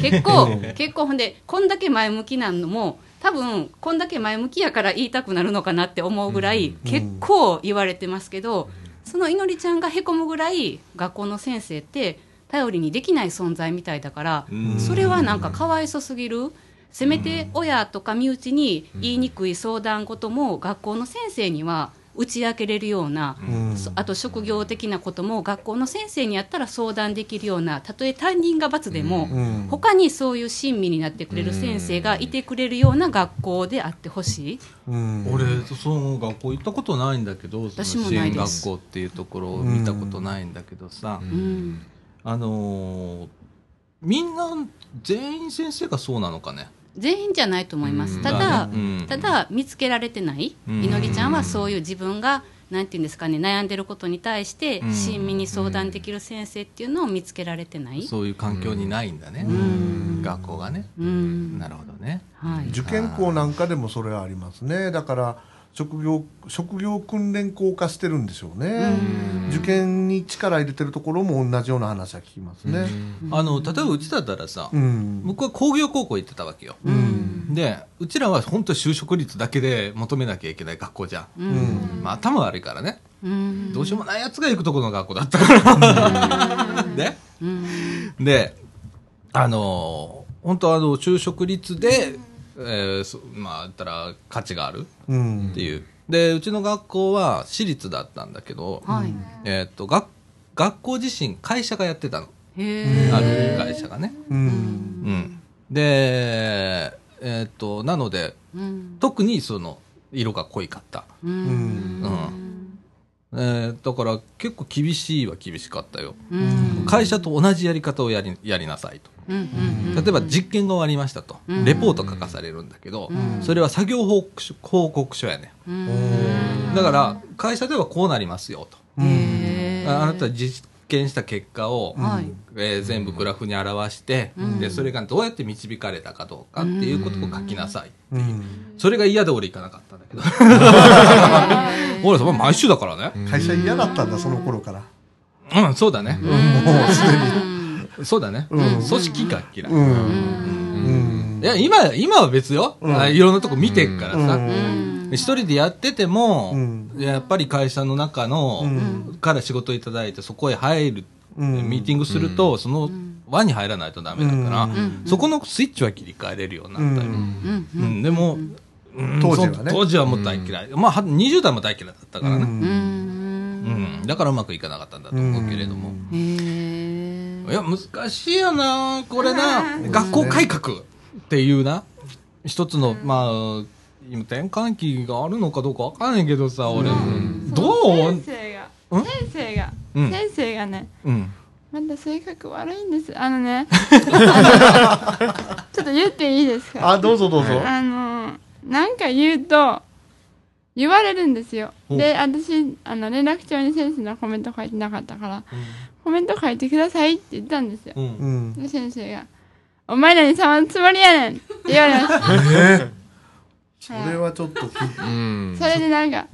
結構結構ほんでこんだけ前向きなのも多分こんだけ前向きやから言いたくなるのかなって思うぐらい結構言われてますけど、そのいのりちゃんがへこむぐらい学校の先生って頼りにできない存在みたいだから、それはなんかかわいそすぎる。せめて親とか身内に言いにくい相談事も学校の先生には打ち明けれるような、
うん
そあと職業的なことも学校の先生にやったら相談できるようなたとえ担任が罰でも、
うん
他にそういう親身になってくれる先生がいてくれるような学校であってほしい、
うん
俺その学校行ったことないんだけどその
私も
支
ない
援
で
学
す
校っていうところを見たことないんだけどさ、
うん、
あのーみんな全員先生がそうなのかね
全員じゃないと思います、
うん
た
ま
だ、
あねうん
ただ見つけられてない、
うん
いのりちゃんはそういう自分がなんていうんですかね悩んでることに対して
うん
親身に相談できる先生っていうのを見つけられてない、
そういう環境にないんだね、
ん
学校がね、
うん
なるほどね
はい、
受験校なんかでもそれはありますねだから職業職業訓練校化してるんでしょうね受験に力入れてるところも同じような話は聞きますね
あの例えばうちだったらさ、
うん
僕は工業高校行ってたわけよ、
うん
でうちらは本当就職率だけで求めなきゃいけない学校じゃん、
う
う
んん
まあ、頭悪いからね
うん
どうしようもないやつが行くとこの学校だったから。 [laughs] ね、
うん
で、あのー本当はあの、就職率で、えーそまあ、言ったら価値がある
うん
っていう。で、うちの学校は私立だったんだけど、
はい
えーっと、学、学校自身会社がやってたの。
へ
あ
え
る会社がね。
う
う
ん
ん。で、えーっと、なので、
うん
特にその、色が濃いかった。
う
うんん。えーだから結構厳しいは厳しかったよ。
うんうん
会社と同じやり方をやりやりなさいと
うん
例えば実験が終わりましたと、
うん
レポート書かされるんだけど、
うん
それは作業報告書報告書やね
うん
だから会社ではこうなりますよと、
へえ
あなた実験した結果を、
はい
えー全部グラフに表して、
ん
でそれがどうやって導かれたかどうかっていうことを書きなさい、
うん
それが嫌で俺行かなかったんだけど俺様毎週だからね、
会社嫌だったんだその頃から
うんそうだね、
もうすでに
そうだね、組織が嫌い、
うんうん
いや、今、今は別よ。あいろんなとこ見てっからさ。一人でやってても、
うん
やっぱり会社の中の、から仕事いただいて、そこへ入る、
うん
ミーティングすると、その輪に入らないとダメだから、そこのスイッチは切り替えれるようになったよ。
うん
うんでも、うん
当時はね
そ当時はもう大嫌い。まあ、は20代も大嫌いだったから
う
ね。
うん
うんん。だからうまくいかなかったんだと思うけれども。
へえ
いや、難しいよな、これな。学校改革っていうな、一つの、まあ、今転換期があるのかどうかわかんないけどさ、俺、どう
先生が
うん
先生が
うん
先生がね
うん。
まだ性格悪いんですあのねちょっと言っていいですか
あどうぞどうぞ
あのなんか言うと言われるんですよで私あの連絡帳に先生のコメント書いてなかったから、コメント書いてくださいって言ったんですよ
う。
うんん
で先生が「お前らに触るつもりやねん!」って言われました
それはちょっと
うん
それでなんか、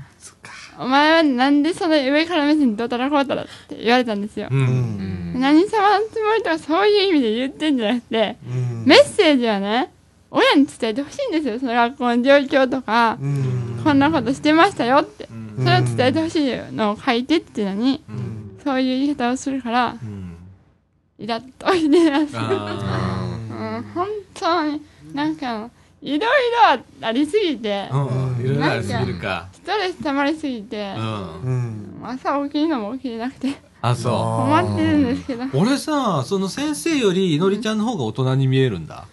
お前はなんでその上から目線どうたらこうたらって言われたんですよ
う。ん。
う
うん
ん
何様のつもりとかそういう意味で言ってんじゃなくて、
うん
メッセージはね、親に伝えてほしいんですよ。その学校の状況とか、
うん
こんなことしてましたよって。
うん
それを伝えてほしいのを書いてっていうのに、
うん
そういう言い方をするから、
うん
イラッとしてます。
あ
うん、本当に、なんか、いろいろありすぎて
ー、うんいろいろありすぎるか。
ストレス溜まりすぎて
う、ん。
うん
朝起きるのも起きれなくて、
あ、そ
困ってるんですけど、
う。俺さ、その先生よりいのりちゃんの方が大人に見えるんだ。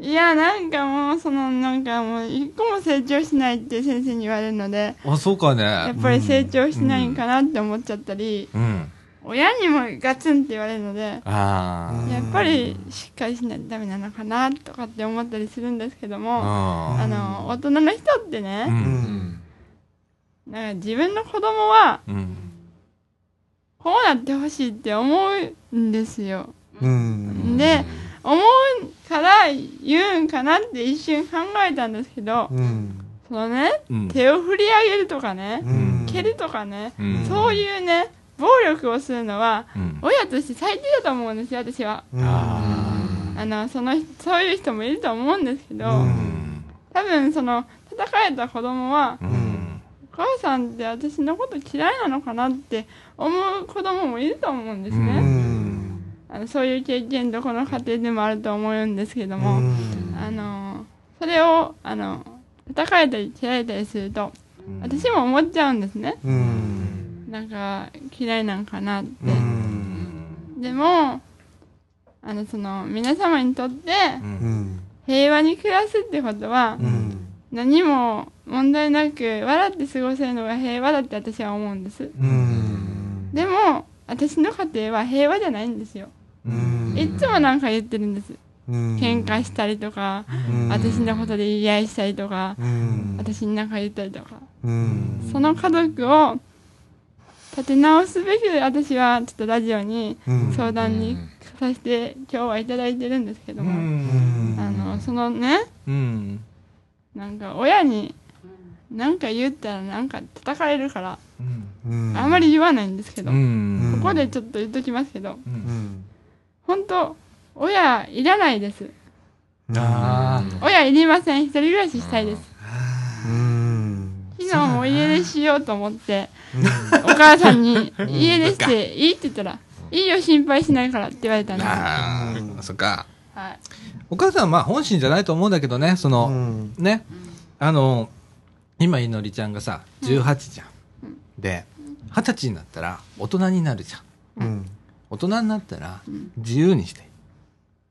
いや、なんかもう、その、なんかもう、一個も成長しないって先生に言われるので、
あ、そうか
やっ
ね。
ぱり成長しないんかなって思っちゃったり、
うん。
親にもガツンって言われるので、
あ
やっぱりしっかりしないとダメなのかなとかって思ったりするんですけども、
あ。
あの、大人の人って
う
ね、
ん。
なんか自分の子供は、
うん。
こうなってほしいって思うんですよ。
うん
で、思うから言うんかなって一瞬考えたんですけど、
うん
そのね、
うん。
手を振り上げるとかね、
うん
蹴るとかね、
うん
そういうね、暴力をするのは、
うん
親として最低だと思うんですよ、私は。
うん
あの、その、そういう人もいると思うんですけど、
う
うんん
多分その、叩かれた子供は、
うん
お母さんって私のこと嫌いなのかなって思う子供もいると思うんですね。
うん
あのそういう経験どこの家庭でもあると思うんですけども、
うん
あのそれをあの叩かれたり蹴られたりすると私も思っちゃうんですね
うん
なんか嫌いなんかなって、
うん
でもあのその皆様にとって
うん
平和に暮らすってことは
うん
何も問題なく笑って過ごせるのが平和だって私は思うんです
うん
でも私の家庭は平和じゃないんですよ
うん
いつもなんか言ってるんです
うん
喧嘩したりとか
うん
私のことで言い合いしたりとか、
うん
私に何か言ったりとか、
うん
その家族を立て直すべく私はちょっとラジオに
うん
相談にさせて今日はいただいてるんですけども、
うん
あのそのね
うん
なんか親に何か言ったらなんか叩かれるから
うん
あんまり言わないんですけど、
うん
ここでちょっと言っときますけど
うん
本当親いらないです
あ
親いりません一人暮らししたいです
うん
昨日も家出しようと思って、お母さんに「家出していい?」って言ったら「いいよ心配しないから」って言われたん
あ
です、は
ああそっか
い、
お母さんはまあ本心じゃないと思うんだけどねその、
うん
ねあの今いのりちゃんがさ18じゃん、で二十歳になったら大人になるじゃん
うん
大人になったら自由にして、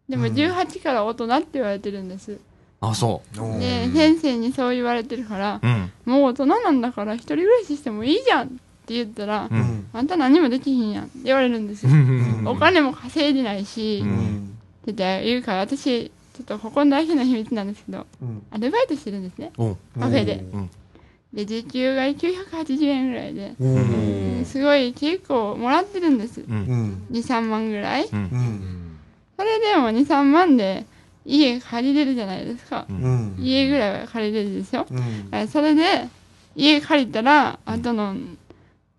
でも18から大人って言われてるんです、
あそ
おー
で先生にそう言われてるから
ううん
「もう大人なんだから一人暮らししてもいいじゃん」って言ったら「
うん
あんた何もできひんやん」って言われるんですよ、
うん
お金も稼いでないし、
う
うんん
って言うから私ちょっとここの大事な秘密なんですけど
うん
アルバイトしてるんですね
うん
カフェで
うん
で時給が980円ぐらいで
おー
うんすごい結構もらってるんです
うん
うん
23万ぐらい
うん
それでも23万で家借りれるじゃないですか
うん
家ぐらいは借りれるでしょ
うん
えそれで家借りたらあとの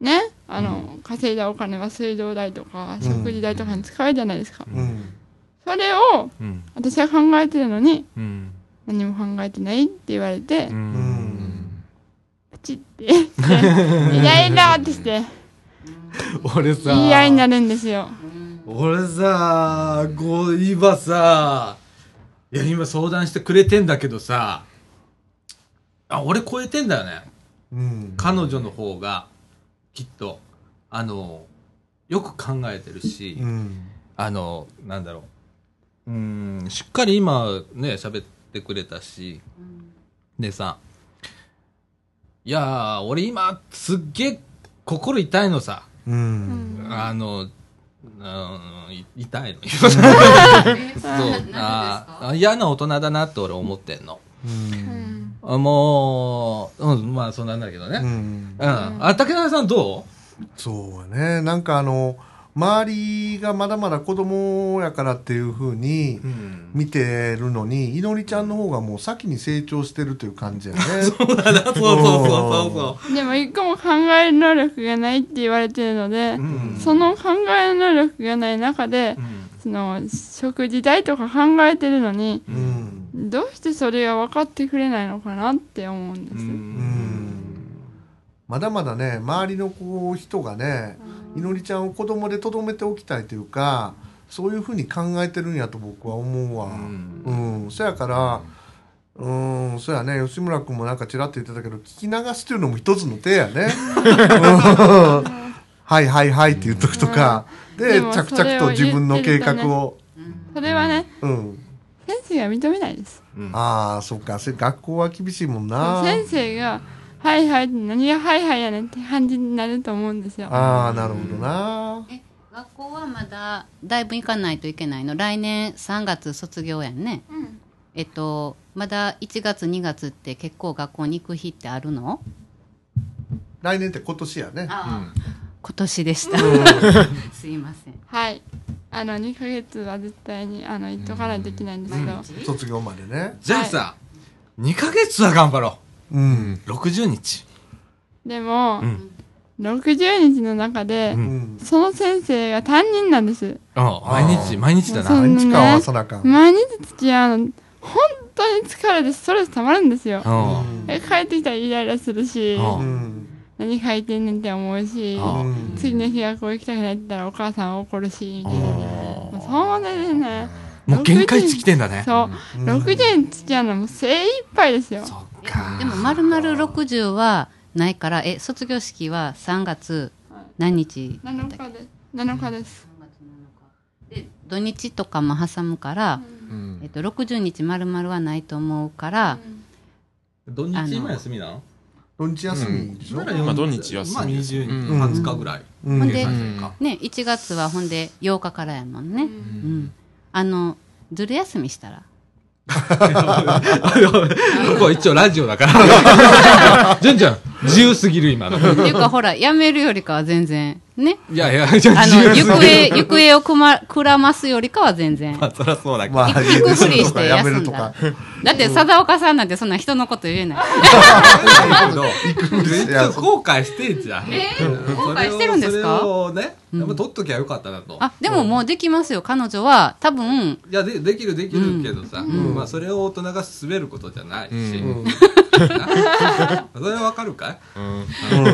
ねあの稼いだお金は水道代とか
ん
食事代とかに使うじゃないですか
うん
それを
うん
私は考えてるのに
うん
何も考えてないって言われて
う
うんん
プチって [laughs] してイライラってして
俺さ
言い合いになるんですよ
俺さこう今さいや今相談してくれてんだけどさあ俺超えてんだよね
うん
彼女の方がきっとあのよく考えてるし、
うん
あのなんだろううーんしっかり今ね喋ってくれたしでさいやー俺今すっげえ心痛いのさ
うん
あの、うん、い痛いのそう
か
あー嫌な大人だなって俺思ってんの
うん
うん
あもう、うん、まあそんなんだけどね、
うん
うんあ竹中さんど
そうねなんかあの周りがまだまだ子供やからっていうふうに
うん
見てるのに、いのりちゃんの方がもう先に成長してるという感じやね。
[laughs] そうだな、 [laughs] そうそうそうそうそ
でも一個も考える能力がないって言われてるので、
う。うん
その考える能力がない中で、その食事代とか考えてるのに
うん。
どうしてそれが分かってくれないのかなって思うんで
う
す、
んまだまだね周りのこう人がねいのりちゃんを子供でとどめておきたいというかそういうふうに考えてるんやと僕は思うわ。うん、そやからうんそやね吉村君もなんかちらっと言ってたけど聞き流すっていうのも一つの手
[laughs]
やね。うんはいはいはいって言っとくとか、で
でも
着々と自分の計画を、
それはね
うん、
先生が認めないです
ああそっかせ学校は厳しいもんな。
先生が「はいはい」って何が「はいはい」やねんって感じになると思うんですよ
ああなるほどな。
え学校はまだだいぶ行かないといけないの来年3月卒業やんね、えっとまだ1月2月って結構学校に行く日ってあるの
来年って今年やね。
あ今年でした、すいません
はいあの2ヶ月は絶対にあの行っとかないといけないんですけど、
卒業までね。
じゃあさ、2ヶ月は頑張ろ
うん。
う。60日。
でも、
ん
60日の中で、
うん
うん。
その先生が担任なんです
ああ毎日、
あー
毎日だ
そ
な。
う
毎日か
うん
はさなかん。
毎日付き合うの本当に疲れてストレスたまるんですよ
うん
え帰ってきたらイライラするし
あ
うん。
何書いてんねんって思うし
あ
うん
次の日学校行きたくないって言ったらお母さん怒るしみたいなもうそうですね
もう限界値来てんだね。
そう、
うん
60年付き合うのも精一杯ですよ
そっか。
でも丸々60はないからえ卒業式は3月何日
7日です7日です、
で土日とかも挟むから、えっと、60日丸々はないと思うから、
土
日今
休みなの
土日休みでしょ。
まあ土日休み
まあ20日、
うん
20日ぐらい。
うん
ほんで、
うん
ね、1月はほんで8日からやもんね、うんあのずる休みしたら
ここ一応ラジオだ
[laughs]
から。純ちゃん、自由すぎる今の。
っていうかほらやめるよりかは全然ね
いやいや、じゃ
あ [laughs]
自由
の
すぎ
行
る。
方行方をく,、ま、くら [laughs] ますよりかは全然
まあ、そりゃそうだけど。
まあ、家
行
出
く
す
ふ
る
り
と
し
か
て
やめ
休
る
ん
と
だ
か。
だって貞岡さんなんてそんな人のこと言えない
だけど、一応後悔してんじゃん。
え
うん
後悔してるんですか
それをそれをね、やっぱ取っときゃよかったなと。
あでももうできますよ彼女は多分
いやでできるできるけどさ、まあ、それを大人が滑ることじゃないし、 [laughs]
うん
なそれはわかるかいそれ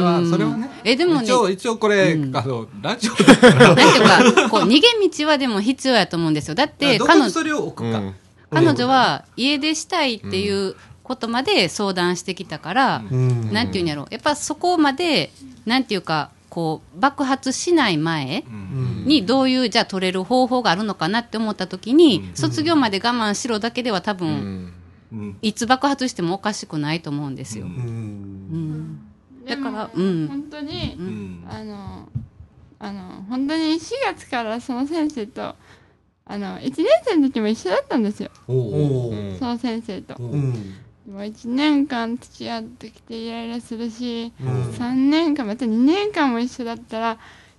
はそれはね
えでもね
一応
な
一応これ、あのラジオだ [laughs] か
んていうかこう逃げ道はでも必要やと思うんですよだって
らどこ
彼
に
女
それを置くか、
うん
彼女は家出したいっていうことまで相談してきたから、
うん
なんていうんやろやっぱそこまでなんていうかこう爆発しない前にどういうじゃあ取れる方法があるのかなって思った時に、卒業まで我慢しろだけでは多分、
うん
いつ爆発してもおかしくないと思うんですよ。
うん。
でも
だからうん
本当に、
うん
あのあの本当に4月からその先生とあの1年生の時も一緒だったんですよ
おお
お
う
ー
ん
その先生と
お
うん。
もう1年間付き合ってきてイライラするし、
うん
3年間また2年間も一緒だったら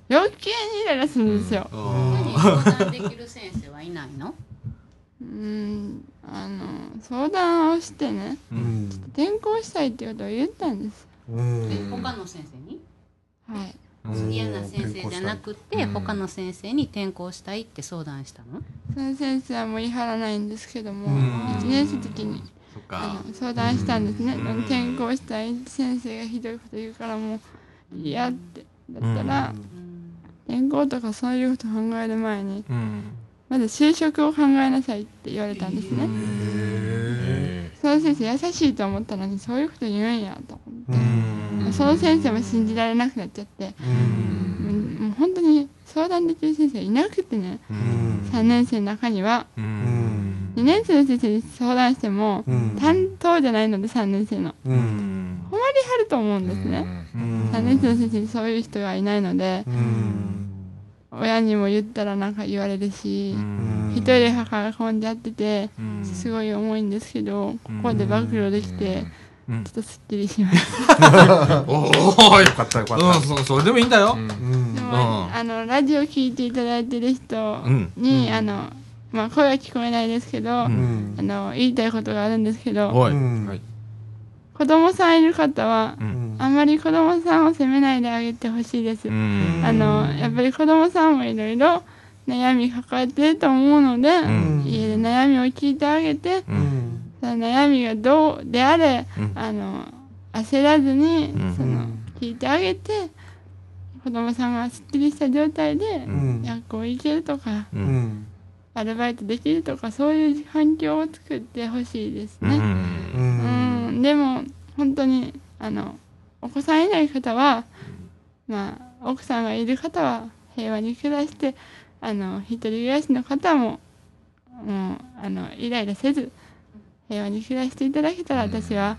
余計にイライラするんですよ
相談できる先生はいないの
うんあの相談をしてね
うん。
転校したいってことを言ったんです
うん。
他の先生に
はい
嫌な先生じゃなくて、
うん
他の先生に転校したいって相談したの、
その先生はもう言い張らないんですけども
うん
1年生の時に
そっ
あ
か
の相談したんですね
うん
転校したいって先生がひどいこと言うからもう嫌ってだったら転校とかそういうこと考える前に
うん
まず就職を考えなさいって言われたんですね
え
その先生優しいと思ったのにそういうこと言うんやと思
う
っ
ん
てその先生も信じられなくなっちゃって
うん
もうもう本当に相談できる先生がいなくてね
うん
3年生の中には
う
うんん
2年生の先生に相談しても
うん
担当じゃないので3年生の
う
うんん
あると思うんです
え
ね
うん
3年生の先生にそういう人がいないので
うん
親にも言ったらなんか言われるし
うん
一人で抱え込んじゃっててすごい重いんですけどここで暴露できて
うん
ちょっとすっきりしました。
おおよ
よかったよかっ
うん
た
そそれでもいいんだよ、
うん
でも、
うん
あのラジオ聞いていただいてる人に、あのまあ声は聞こえないですけど、
うん
あの言いたいことがあるんですけど、
おい、
うん
はい
子供さんいる方は、
う
あんまり子供さんを責めないであげてほしいです。
うん
あのやっぱり子供さんもいろいろ悩み抱えてると思うので、
ん
家で悩みを聞いてあげて、
うん
その悩みがどうであれ、
うん
あの焦らずに、
うん
その聞いてあげて子供さんがすっきりした状態で
うん
学校行けるとか
う
うんん
アルバイトできるとかそういう環境を作ってほしいです
うんう
ね。
ん
うんでも本当にあのお子さんいない方は、まあ、奥さんがいる方は平和に暮らしてあの一人暮らしの方ももうあのイライラせず平和に暮らしていただけたら私は、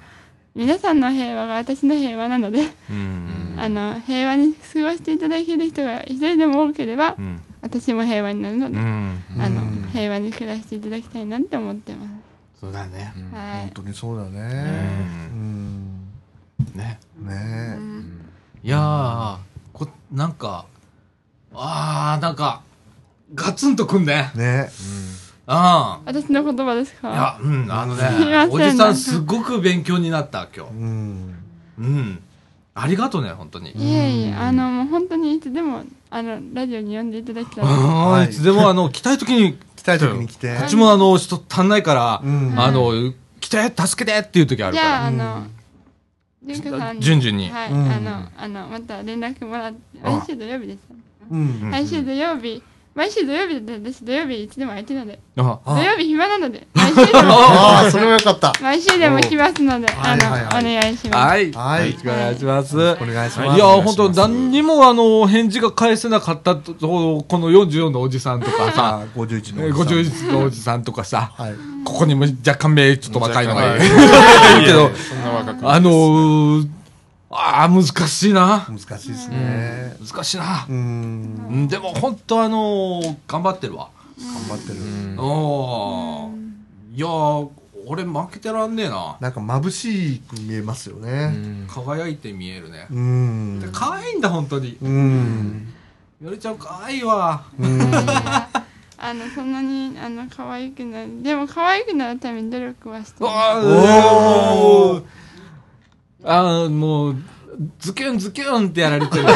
皆さんの平和が私の平和なので。
うん
あの平和に過ごしていただける人が一人でも多ければ、
うん
私も平和になるので、
うん
あの平和に暮らしていただきたいなって思ってます。
そうだね
は
本
い。
当にそうだ
う
ね
ん
うん
ね
ね
いやーこなんかあーなんかガツンとくんね
えね
あ
私の言葉です
い
か。
やうんあの
すい
ね
ません
おじさんすごく勉強になった今
えうん
日うんありがとうね本当に
いえいえ、あのもう本当にいつでもあのラジオに呼んでいただきたいです。
あ
は
ー
い
いつでもあの来たい時に
来たい時に来て
こっちもあの人足んないから
うん
あの来て助けてっていう時ある
じ
か
ゃ
ら
ああの、純子さんに。
順々に
はい、
うん
あのあのまた連絡もらって
あ
毎週土曜日です。
うん
毎週土曜日。毎週土曜日で私土曜日いつでも空いてるので
あ
土曜日暇な
[laughs]
ので毎週でも
ああそれはよかった
毎週でも来ますので、あの、
はいはいはい
お願いします。
はい
はい
よろしくお願いします
お願いし
い
ます
や本当何にもあの返事が返せなかったとこの44のおじさんとかさ
あ51のおじさん
51のおじさんとかさ
はい
ここにも若干目ちょっと若いのがいる
い
けど
そんな若くない
あのー、あー難しいな
難しいですね
難しいな
う、ん
うん、でも本当あのー、頑張ってるわ、
頑張ってる
ああいやー俺負けてらんねえな
なんか眩しく見えますよ
う
ね
ん
輝いて見えるね
うん
で可愛いんだ本当に
うん
よりちゃん可愛いわ
あの、そんなに、あの、可愛くない。でも、可愛くなるために努力はしてます。
あ
お
ーあーもうズキュンズキュンってやられ [laughs] てるね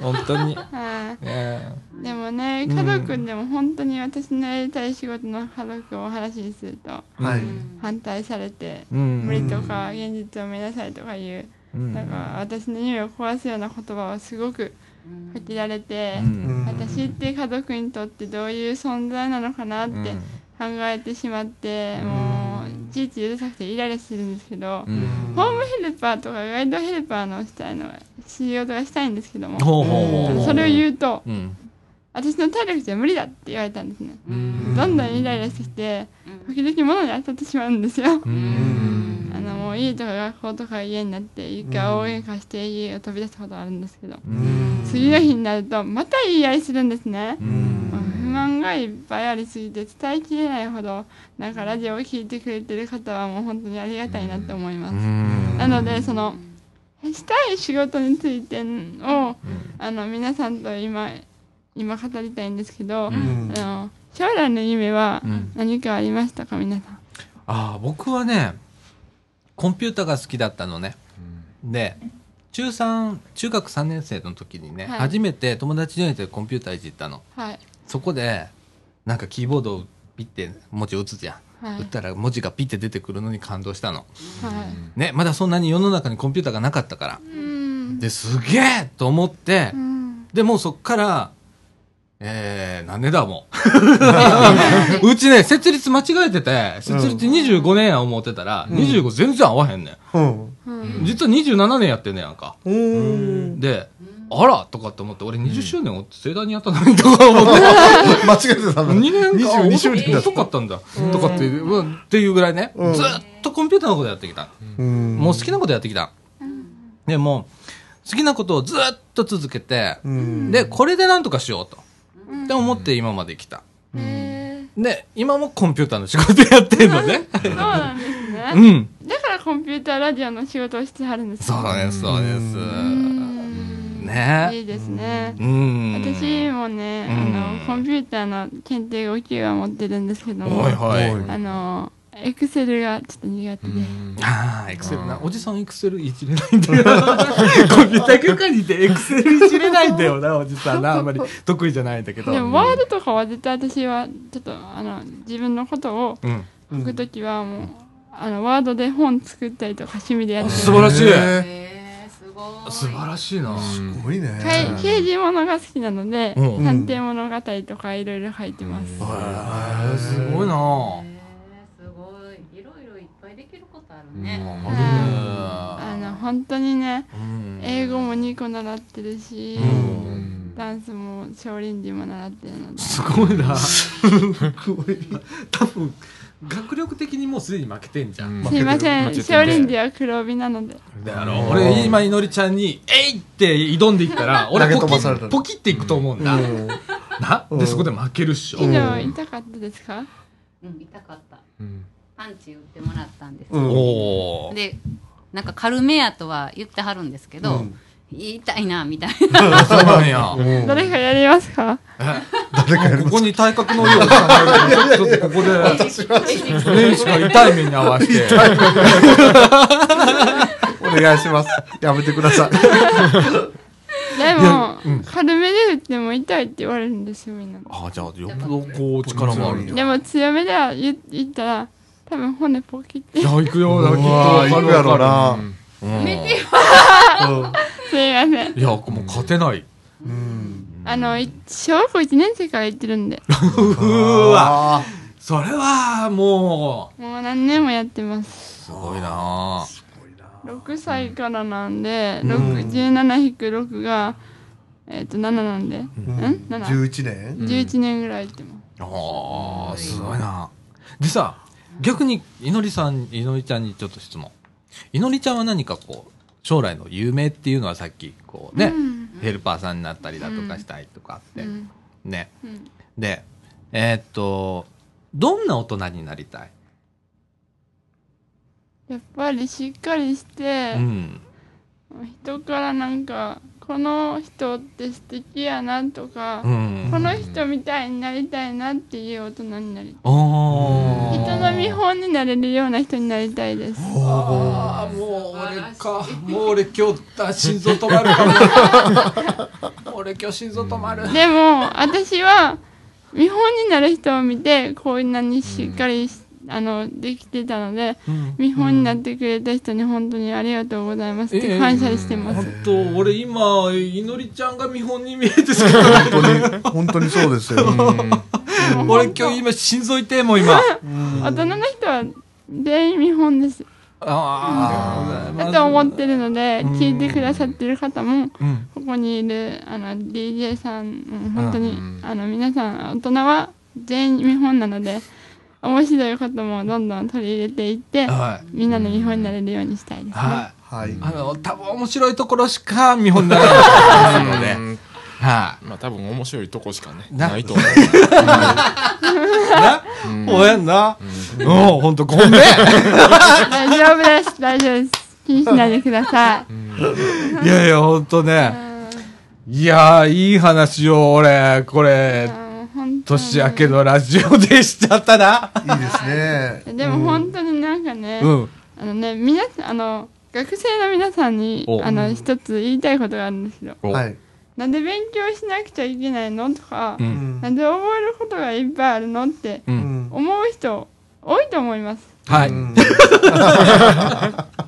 本当に、
は
え
いでもね、家族でも本当に私のやりたい仕事の家族をお話しすると
はい
反対されて、
ーうん
無理とか現実を目指さいとかいう、
うん
なんか私の夢を壊すような言葉をすごくかけられて
う、
うんん
私って家族にとってどういう存在なのかなっ
うん
て考えてしまって、もういちいち許さなくてイライラするんですけど、
うん
ホームヘルパーとかガイドヘルパーのしたいのが仕事がしたいんですけども
ほうほうほうほう
それを言うと
うん
私の体力じゃ無理だって言われたんですね
うん
どんどんイライラしてきて時々物に当たってしまうんですよ
うん
あのもう家とか学校とか家になって一回大喧嘩して家を飛び出したことあるんですけど次の日になるとまた言い合いするんですね
うん
もう不満がいっぱいありすぎて伝えきれないほどなんかラジオを聞いてくれてる方はもう本当にありがたいなって思いますなのでそのしたい仕事についてを、あの皆さんと今今語りたいんですけど、
ん
あの将来の夢は
ん
何かありましたか皆さん。
ああ僕はねコンピューターが好きだったのねで中3中学3年生の時にね、
はい
初めて友達にいてコンピューターいじったの
はい
そこでなんかキーボードをピッて文字打つじゃん、
はい
打ったら文字がピッて出てくるのに感動したの
はい。
ねまだそんなに世の中にコンピューターがなかったから
うん
ですげえと思って、
うん
でもうそっからえー、何年だもううちね設立間違えてて設立25年や思ってたら、25全然合わへんねん
うん
うん
実は27年やってんねやんか
おー
で、あらとかって思って、俺20周年を盛大にやったのにとか思って、
間違えてたの
2年間
22周年だ
遅かったんだ。とかっていう、うんっていうぐらいね、
うん
ずっとコンピューターのことやってきた。
うん
もう好きなことやってきた。でも、好きなことをずっと続けて、
うん
で、これでなんとかしようと。って思って今まで来た。
へー
で、今もコンピューターの仕事やってんのね。
そうなんですね
う。ん。
だからからコンピューターラジオの仕事をしてはるんですよ
そうですそうです
うんい
ね
いですね、
うん
私もね、あ
うん
のコンピューターの検定5級は持ってるんですけども
はいはい
はい
あのエクセルがちょっと苦手で、
ああエクセルなおじさんエクセルいじれないんだよコンピューター空間にいてエクセルいじれないんだよ [laughs] なおじさんなあんまり得意じゃないんだけど
でもワードとかは絶対私はちょっとあの自分のことを
うん
書くときはもう、あのワードで本作ったりとか趣味でやって
素晴らしい
えー、すごい
素晴らしいな
すごいね
かい刑事物が好きなので、
うん
探偵物語とかいろいろ書いてます、
へーすごいな
すごいいろいろいっぱいできることあるね、
うん
あの本当にね
うん
英語も2個習ってるし、
うん
ダンスも少林寺も習ってるのです
ごいなすごい多分学力的にもうすでに負けてんじゃん
すいませ
負
ん
けてる
少林寺は黒帯なので
だろ俺今いのりちゃんに「えい!」って挑んでいったら俺
投げ
ポ
飛ばされ
キ
た
ポキっていくと思うんだ
うん
な
う
で
ん
そこで負けるっしょ
昨日痛かったですか、
うん、痛かった
うん
パンチ打ってもらったんです、
うん
おお
でなんか軽めやとは言ってはるんですけど、
うん
痛いなみたい
そうなんや
うん
誰かやりますか
誰かやり
こ
ま
こに体格のいいおじさんがいるけどちょっとここで
な
年しか痛い目に合わせて
お願いしますやめてください
でも、軽めで打っても痛いって言われるんですよみんな
あじゃあよっぽどこう力があるんだ
でも強めでは言言ったら多分骨ポキって
いや行くよだきっ
う
と
わーいるやろうな
うんい
すいません
やもう勝てない
うん
あのい小学校1年生から言ってるんで
うーわ
わ
それはも
もう何年もやってます
うすごいな
6歳からなんで、
うん
六17-6がえっ、と7なんで、うん、7
11年
11年ぐらいやってます
あーすごいなでさ逆にいのりさんいのりちゃんにちょっと質問いのりちゃんは何かこう将来の夢っていうのはさっきこうね、
うん
ヘルパーさんになったりだとかしたいとかって、
うん
ね
うん
でえーっとどんな大人になりたい、
やっぱりしっかりして
う、ん
人からなんかこの人って素敵やなとか、
うん
この人みたいになりたいなっていう大人になり
お
たい人の見本になれるような人になりたいです
あーもう俺かもう俺今日あ心臓止まるか
[laughs]
も俺今日心臓止まる
でも私は見本になる人を見てこんなにしっかりしあのできてたので
うん
見本になってくれた人に本当にありがとうございますっ
ええ
て感謝してます、
本当俺今いのりちゃんが見 [laughs] 本に見えてしまった
本当に本当にそうですよ
俺今日今心臓痛えもん [laughs] 今
大人の人は全員見本です
あ
だと思っててるので
うん
聞いてくださってる方も
うん
ここにいるあの DJ さんうん本当
う
に
ん
あの皆さん大人は全員見本なので面白いこともどんどん取り入れていって
はい
みんなの見本になれるようにしたいですね。
はい
はい
あの多分面白いところしか見本にならないと思いますのではい
まあ多分面白いとこしかね
な
ないと思う
な応援なうん本当ご [laughs] めん
大丈夫です大丈夫です気にしないでください。
いやいや本当ねいやーいい話を俺これ年明け
ど
のラジオでしちゃったない
いですね
でも本当になんかね、
うん
あのね皆さんあの学生の皆さんに
お
あの一つ言いたいことがあるんですよ。
お
はい
なんで勉強しなくちゃいけないのとか、
う
うん
なん
ん
で覚えることがいっぱいあるのって
う
うんん
思う人多いと思います。
は
う
い
ん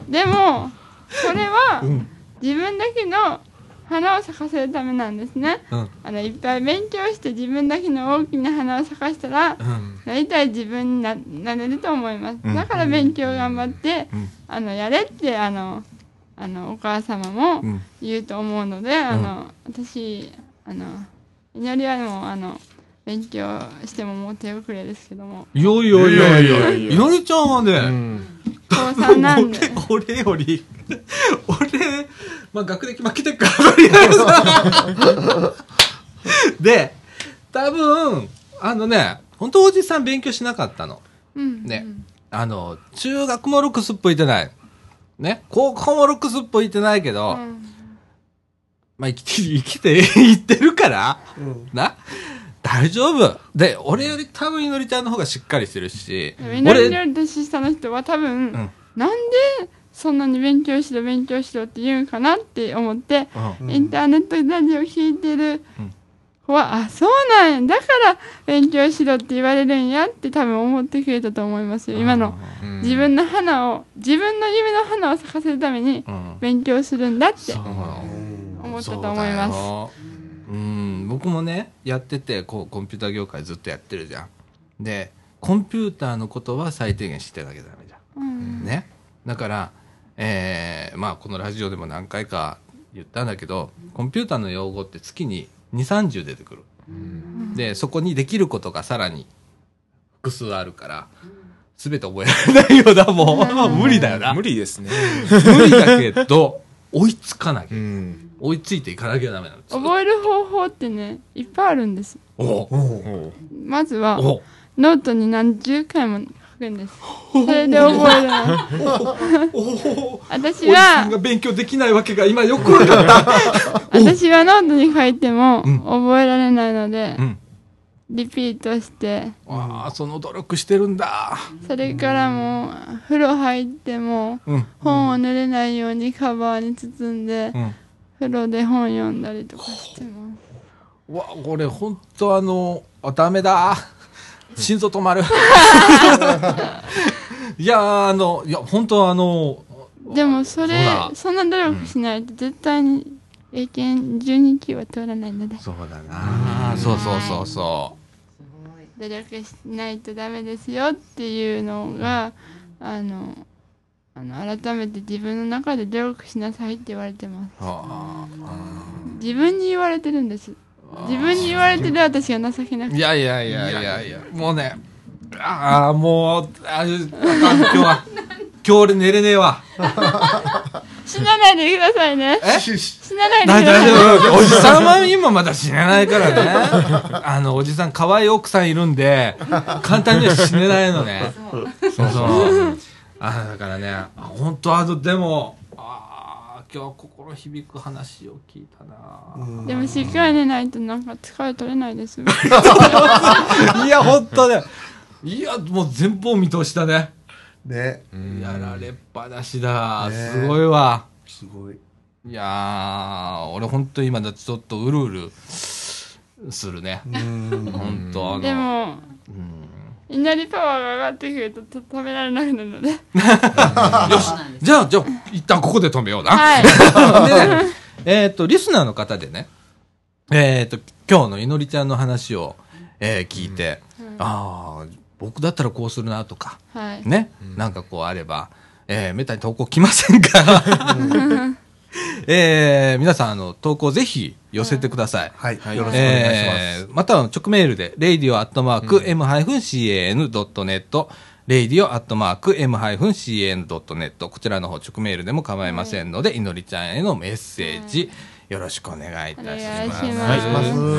でもそれは
ん
自分だけの花を咲かせるためなんですね。
うん
あのいっぱい勉強して自分だけの大きな花を咲かしたら、なりたい自分にななれると思います、
うん
だから勉強頑張って、
うん
あのやれってあのあのお母様も
うん
言うと思うので、あの私あの祈りはもうあの勉強してももう手遅れですけど
[laughs]
も
いやいやいやい
いやい
や
やいや
いのりちゃんはね、
高3なんで
俺俺より [laughs] 俺、まあ、学歴負けてっからとりあえずで多分あのね本当おじさん勉強しなかったの
うん
ね、あの中学もろくすっぽいてないね、高校もルックスっぽいってないけど、
うん
まあ生きて、生きて、言ってるから、
うん
な、大丈夫。で、俺より多分いのりちゃんの方がしっかりしてるし、
みなりの年下の人は多分、
ん
なんでそんなに勉強しろ勉強しろって言うんかなって思って、
うん
インターネットラジオ聞いてる
うん
子は、あそうなんやだから勉強しろって言われるんやって多分思ってくれたと思いますよ今の
うん
自分の花を自分の夢の花を咲かせるために
うん。
勉強するんだって
そうよ
思ったと思います
すうん僕もねやっててこうコンピューター業界ずっとやってるじゃんでコンピューターのことは最低限知ってなきゃダメじゃん
うん
ねだから、えーまあこのラジオでも何回か言ったんだけどコンピューターの用語って月に230出てくるでそこにできることがさらに複数あるから全て覚えられないようなもう無理だよな
無理ですね。
無理だけど追いつかなき
う
ゃ
ん。
追いついていかなきゃダメなのずっと
覚える方法ってねいっぱいあるんです
おう
うん
おう
まずは
おう
ノートに何十回も書く
[laughs]
んですそれで覚えるの
おお
私
じさん
は
が勉強できないわけが今よくわかった。
私はノートに書いても
うん
覚えられないので、
うん
リピートして
ああ、その努力してるんだ。
それからもう風呂入っても
うん。
本を濡れないようにカバーに包んで、
うん。
風呂で本読んだりとかしてます
わ、これ本当あの、あダメだ。心臓止ま [laughs] る。いやー、あの、いや、本当あの、
でもそれ
そうだ
そんな努力しないと絶対に英検12級は通らないので
そうだな。そうそうそうそ
努力しないとダメですよっていうのがあのあの改めて自分の中で努力しなさいって言われてます
う。あ
自分に言われてるんです自分に言われてる私が情けな
ー
く
い
て
やいやいやいやいや、もうね、ああ、もう、あーあかん今日は、今日俺寝れねえわ。
死なないでくださいね
え
死なないで
[laughs]
く
大
ださい
丈夫。おじさんは今まだ死ねないからね。 [laughs] あの、おじさん、可愛い奥さんいるんで、簡単には死ねないのね。そうそう。あだからね、あ本当あと、でも、あー今日は心響く話を聞いたな。
でもしっかり寝ないとなんか疲れ取れないです
いや、本当ね。いや、もう前方見通しだね。
ね
やられっぱなしだ。
ねえ
すごいわ。
すごい
いやー、俺本当今だってちょっとうるうるするね。 [laughs]
うん
本当あの。
でも、稲荷パワーが上がってくるとちょっと食べられなくなるので。
じゃあ、じゃあ、一旦ここで止めような。
[laughs] はい。
[laughs] でね、えっと、リスナーの方でね、えっ、と、今日のいのりちゃんの話を、えー聞いて、ああ、僕だったらこうするなとか、
はい。
ね、なんかこうあれば、えー、めったに投稿来ませんか [laughs]
[laughs]
えー、皆さん、あの、投稿ぜひ寄せてください。
はい、
はい
よろしくお願いします、
えーまたは直メールで、radio.m-can.net、radio.m-can.net、こちらの方直メールでも構いませんので、いのりちゃんへのメッセージ、よろしくお願いいたし
お願い
ま
し
す。
ます。
お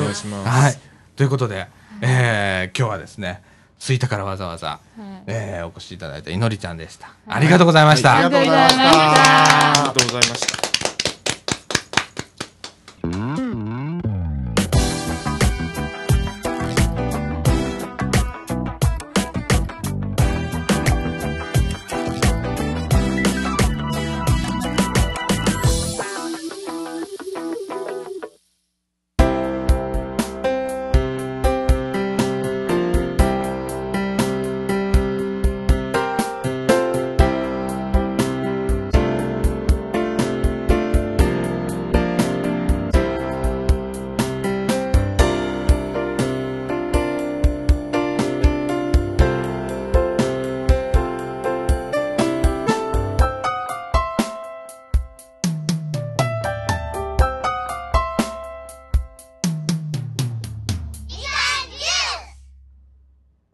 願いします。
はい。ということで、えー今日はですね、吹田からわざわざ、
はい
えーお越しいただいたいのりちゃんでした。ありがとうございました。
ありがとうございました。
ありがとうございました。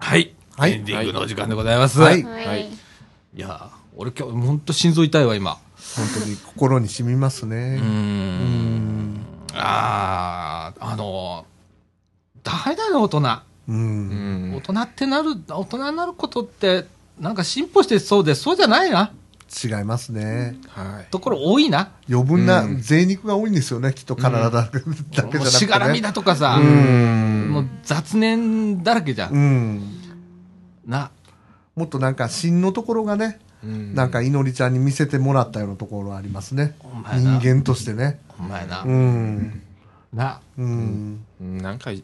はい。
はい
エンディングのお時間でございます。
はい
い、
はい。
やー、俺今日、ほんと心臓痛いわ、今。
本当に心に染みますね
うーんああ、あの、大だよ、大人。
うん、
うん
大人ってなる、大人になることって、なんか進歩してそうで、そうじゃないな。
違いますね。
は
ところ多いな。
余分な
うん
贅肉が多いんですよね、きっと体だけ,、だけ
もう
じ
し
ゃ
が
な
ら
く
み
て、ね。
だとかさ
い。、ん
もう雑念だらけじゃ。
うんん。
な。
もっとなんか芯のところがね、
うん
なんかいのりちゃんに見せてもらったようなところありますね。
お前
人
な。
間としてね。
お前な
う。ん。
な。
うん。
なんかい、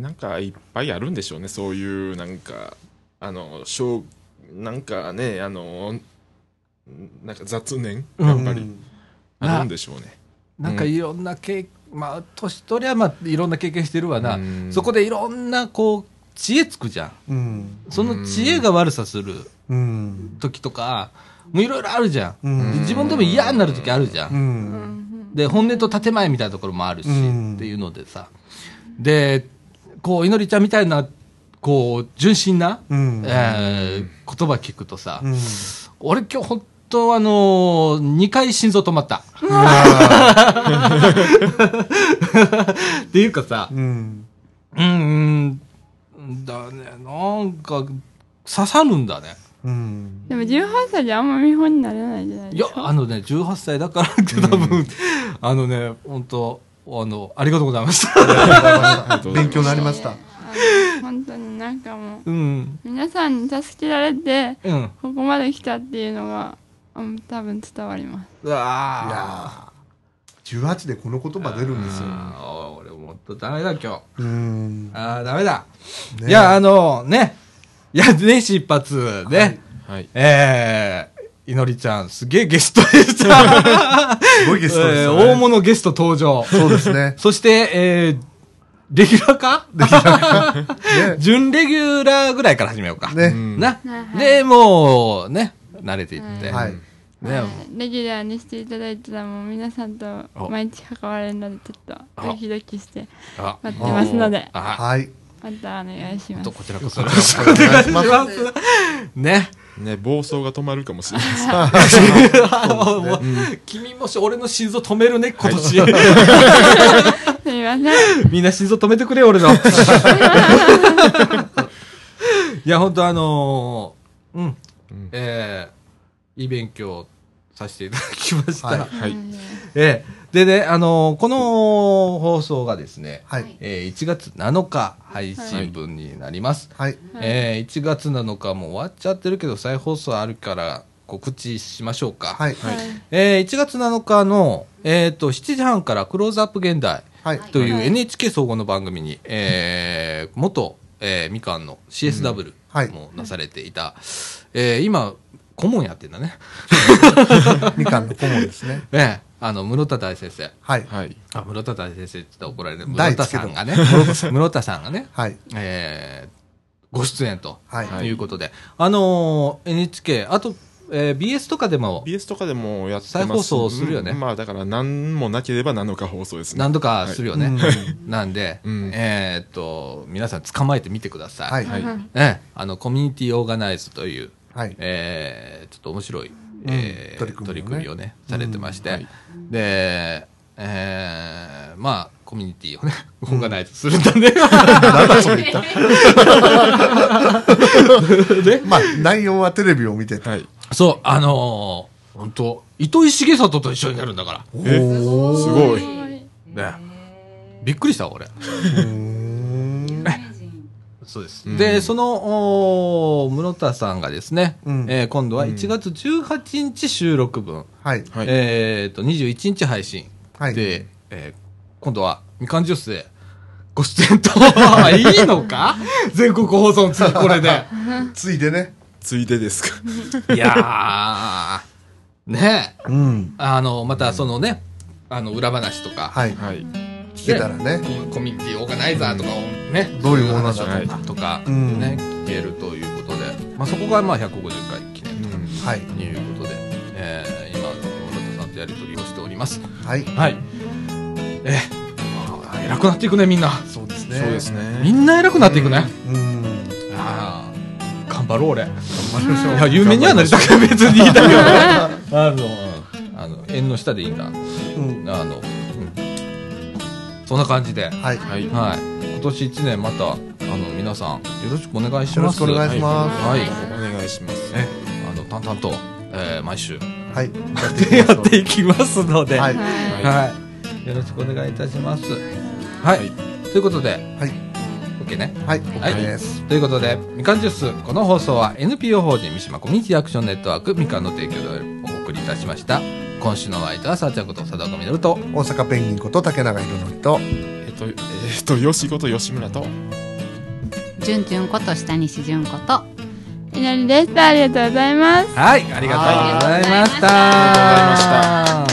なんかいっぱいあるんでしょうね、そういう、なんか、あの、しょう、なんかね、あの、んなんか雑念、やっぱり、あるんでしょうね。
なんかいろんな経、まあ、年取りゃ、まあ、いろんな経験してるわな
う。ん
そこでいろんな、こう、知恵つくじゃん。
うん。
その知恵が悪さする
うん。
時とか、もういろいろあるじゃ。
うんん。
自分でも嫌になる時あるじゃん
う。。
うんん
で本音と建前みたいなところもあるし、
うん
っていうのでさでこういのりちゃんみたいなこう純真な、
うん。
えー言葉聞くとさ、
うん。
俺今日本当あのー、2回心臓止まったっていうかさ
うん。
うんうんだねなんか刺さるんだね
うん。
でも18歳じゃあんま見本にならないじゃない
い
で
や
すか。
あのね18歳だからって多分、あのね本当あのありがとうございました
勉強になりました。
あの本当になんかもう、
うん
皆さんに助けられて、
うん
ここまで来たっていうのが、うん、多分伝わります。
うわー
いやー18でこの言葉出るんですよ。
あー俺もっとダメだ今日
うん。
ああダメだ、
ね
いやあのねいやね出発ね、
はい。
えー、いのりちゃんすげえゲストでした、
すごい
え
[laughs] ゲストです
ー
よね。
大物ゲスト登場
そうですね。
そしてえー、レギュラーか [laughs] 準レギュラーぐらいから始めようか、
ね。ね。
うん
な、
はい
でもうね慣れていって、
はい。
ね
はいレギュラーにしていただいたらもう皆さんと毎日関われるのでちょっとドキドキして
あ
待ってますので
あ
はい。
またお願いしま
と
す。
こちらこそよろしくお願いしますね
ね、暴走が止まるかもしれないです。
[laughs] 君もし俺の心臓止めるね、今年。
すみません。
[laughs] みんな心臓止めてくれよ、俺 [laughs] の。いや、本当あのーうん、
うん
えーいい勉強させていただきました。
はい
はい。
えーでね、あのーこの放送がですね、
はい。
えー1月7日配信分になります。
はい。
えー1月7日もう終わっちゃってるけど、再放送あるから告知しましょうか。
はい。
はい。
えー1月7日の、えー、と7時半から「クローズアップ現代
はい。」
という
はい
NHK 総合の番組に、えー元、えーみかんの CSW
はい
もなされていた、えー今顧問やってんだね、
みかんの顧問ですね。
ええあの室田大先生
はい。
はい。
あ室田大先生って言ったら怒られる
大
室
で
田
すけ
さ
ど
んがね室田さんがね、
はい。
えーご出演と
はい。
はい
うことで、あのー NHK あと、えー BS とかでも
BS とかでもやってます
再放送するよね
うんまあ、だから、何もなければ7日放送ですね。
何度かするよね、 [laughs]
はい
なんで、
うん
えーっと皆さん捕まえてみてください、
はい。
はい。
ええあのコミュニティオーガナイズという、
はい。
えーちょっと面白い、えー
取り組みをね
取り組みをねされてまして、
うんはい
で、えーまあコミュニティをね [laughs] オーガナイズするんだね、
まあ、内容はテレビを見てて。
はい。
そうあのー本当糸井重里と一緒になるんだか
お
え
ー。
すごい。
ら、ね、びっくりした俺
うーん
そうです、
うん
でそのおー室田さんがですね、
うん
えー今度は1月18日収録分、
はい。
はい。
えー、と21日配信
はい。
で、えー今度はみかんジュースでご出演といいのか
[laughs]
全国放送の次これで
ついでね。
ついでですか。
[laughs] いやーねえ
うん。
あのまたそのねあの裏話とか、
はい。
はい。
聞けたらね。
コミュニティオーガナイザーとかをね
どういうものだと
そ
か
い話とか、
うん
ね聞けるということで、まあ、そこがまあ150回記念
うん
はい。
ということで、えー今室田さんとやり取りをしております
はい。
はい。え、あ偉くなっていくね、みんな。
そうですね。
そうですね。
みんな偉くなっていくね。
うん。
ああ、頑張ろう、俺。頑張りましょう。いや、有名にはなりたくない、別にいいだけど。 [laughs] あの、あの、縁の下でいいんだ。あ
うん。
の、うんそんな感じで。
はい。
はい。
はい。今年一年、また、あの、皆さん、よろしくお願いし
よろ
ま
し
す。
くお願いします。
はい。
お願いします。
え、あの、淡々と、ええー毎週
はい
[laughs] やっていきますので、
はい
はい
はい、よろしくお願いいたします。はい、ということで、
はい
OK ね。
はい OK です
ということで、みかんジュース、この放送は NPO 法人三島コミュニティアクションネットワークみかんの提供でお送りいたしました。今週のお相手は、さあちゃんこと佐藤みのると、
大阪ペンギンこと竹永宏典と
えっと、えっと、よしこと吉村と。
じゅんじゅんこと下西じゅんこと
いのりでしたありがとうございます
はい、ありがとうございました。ありがとうございました。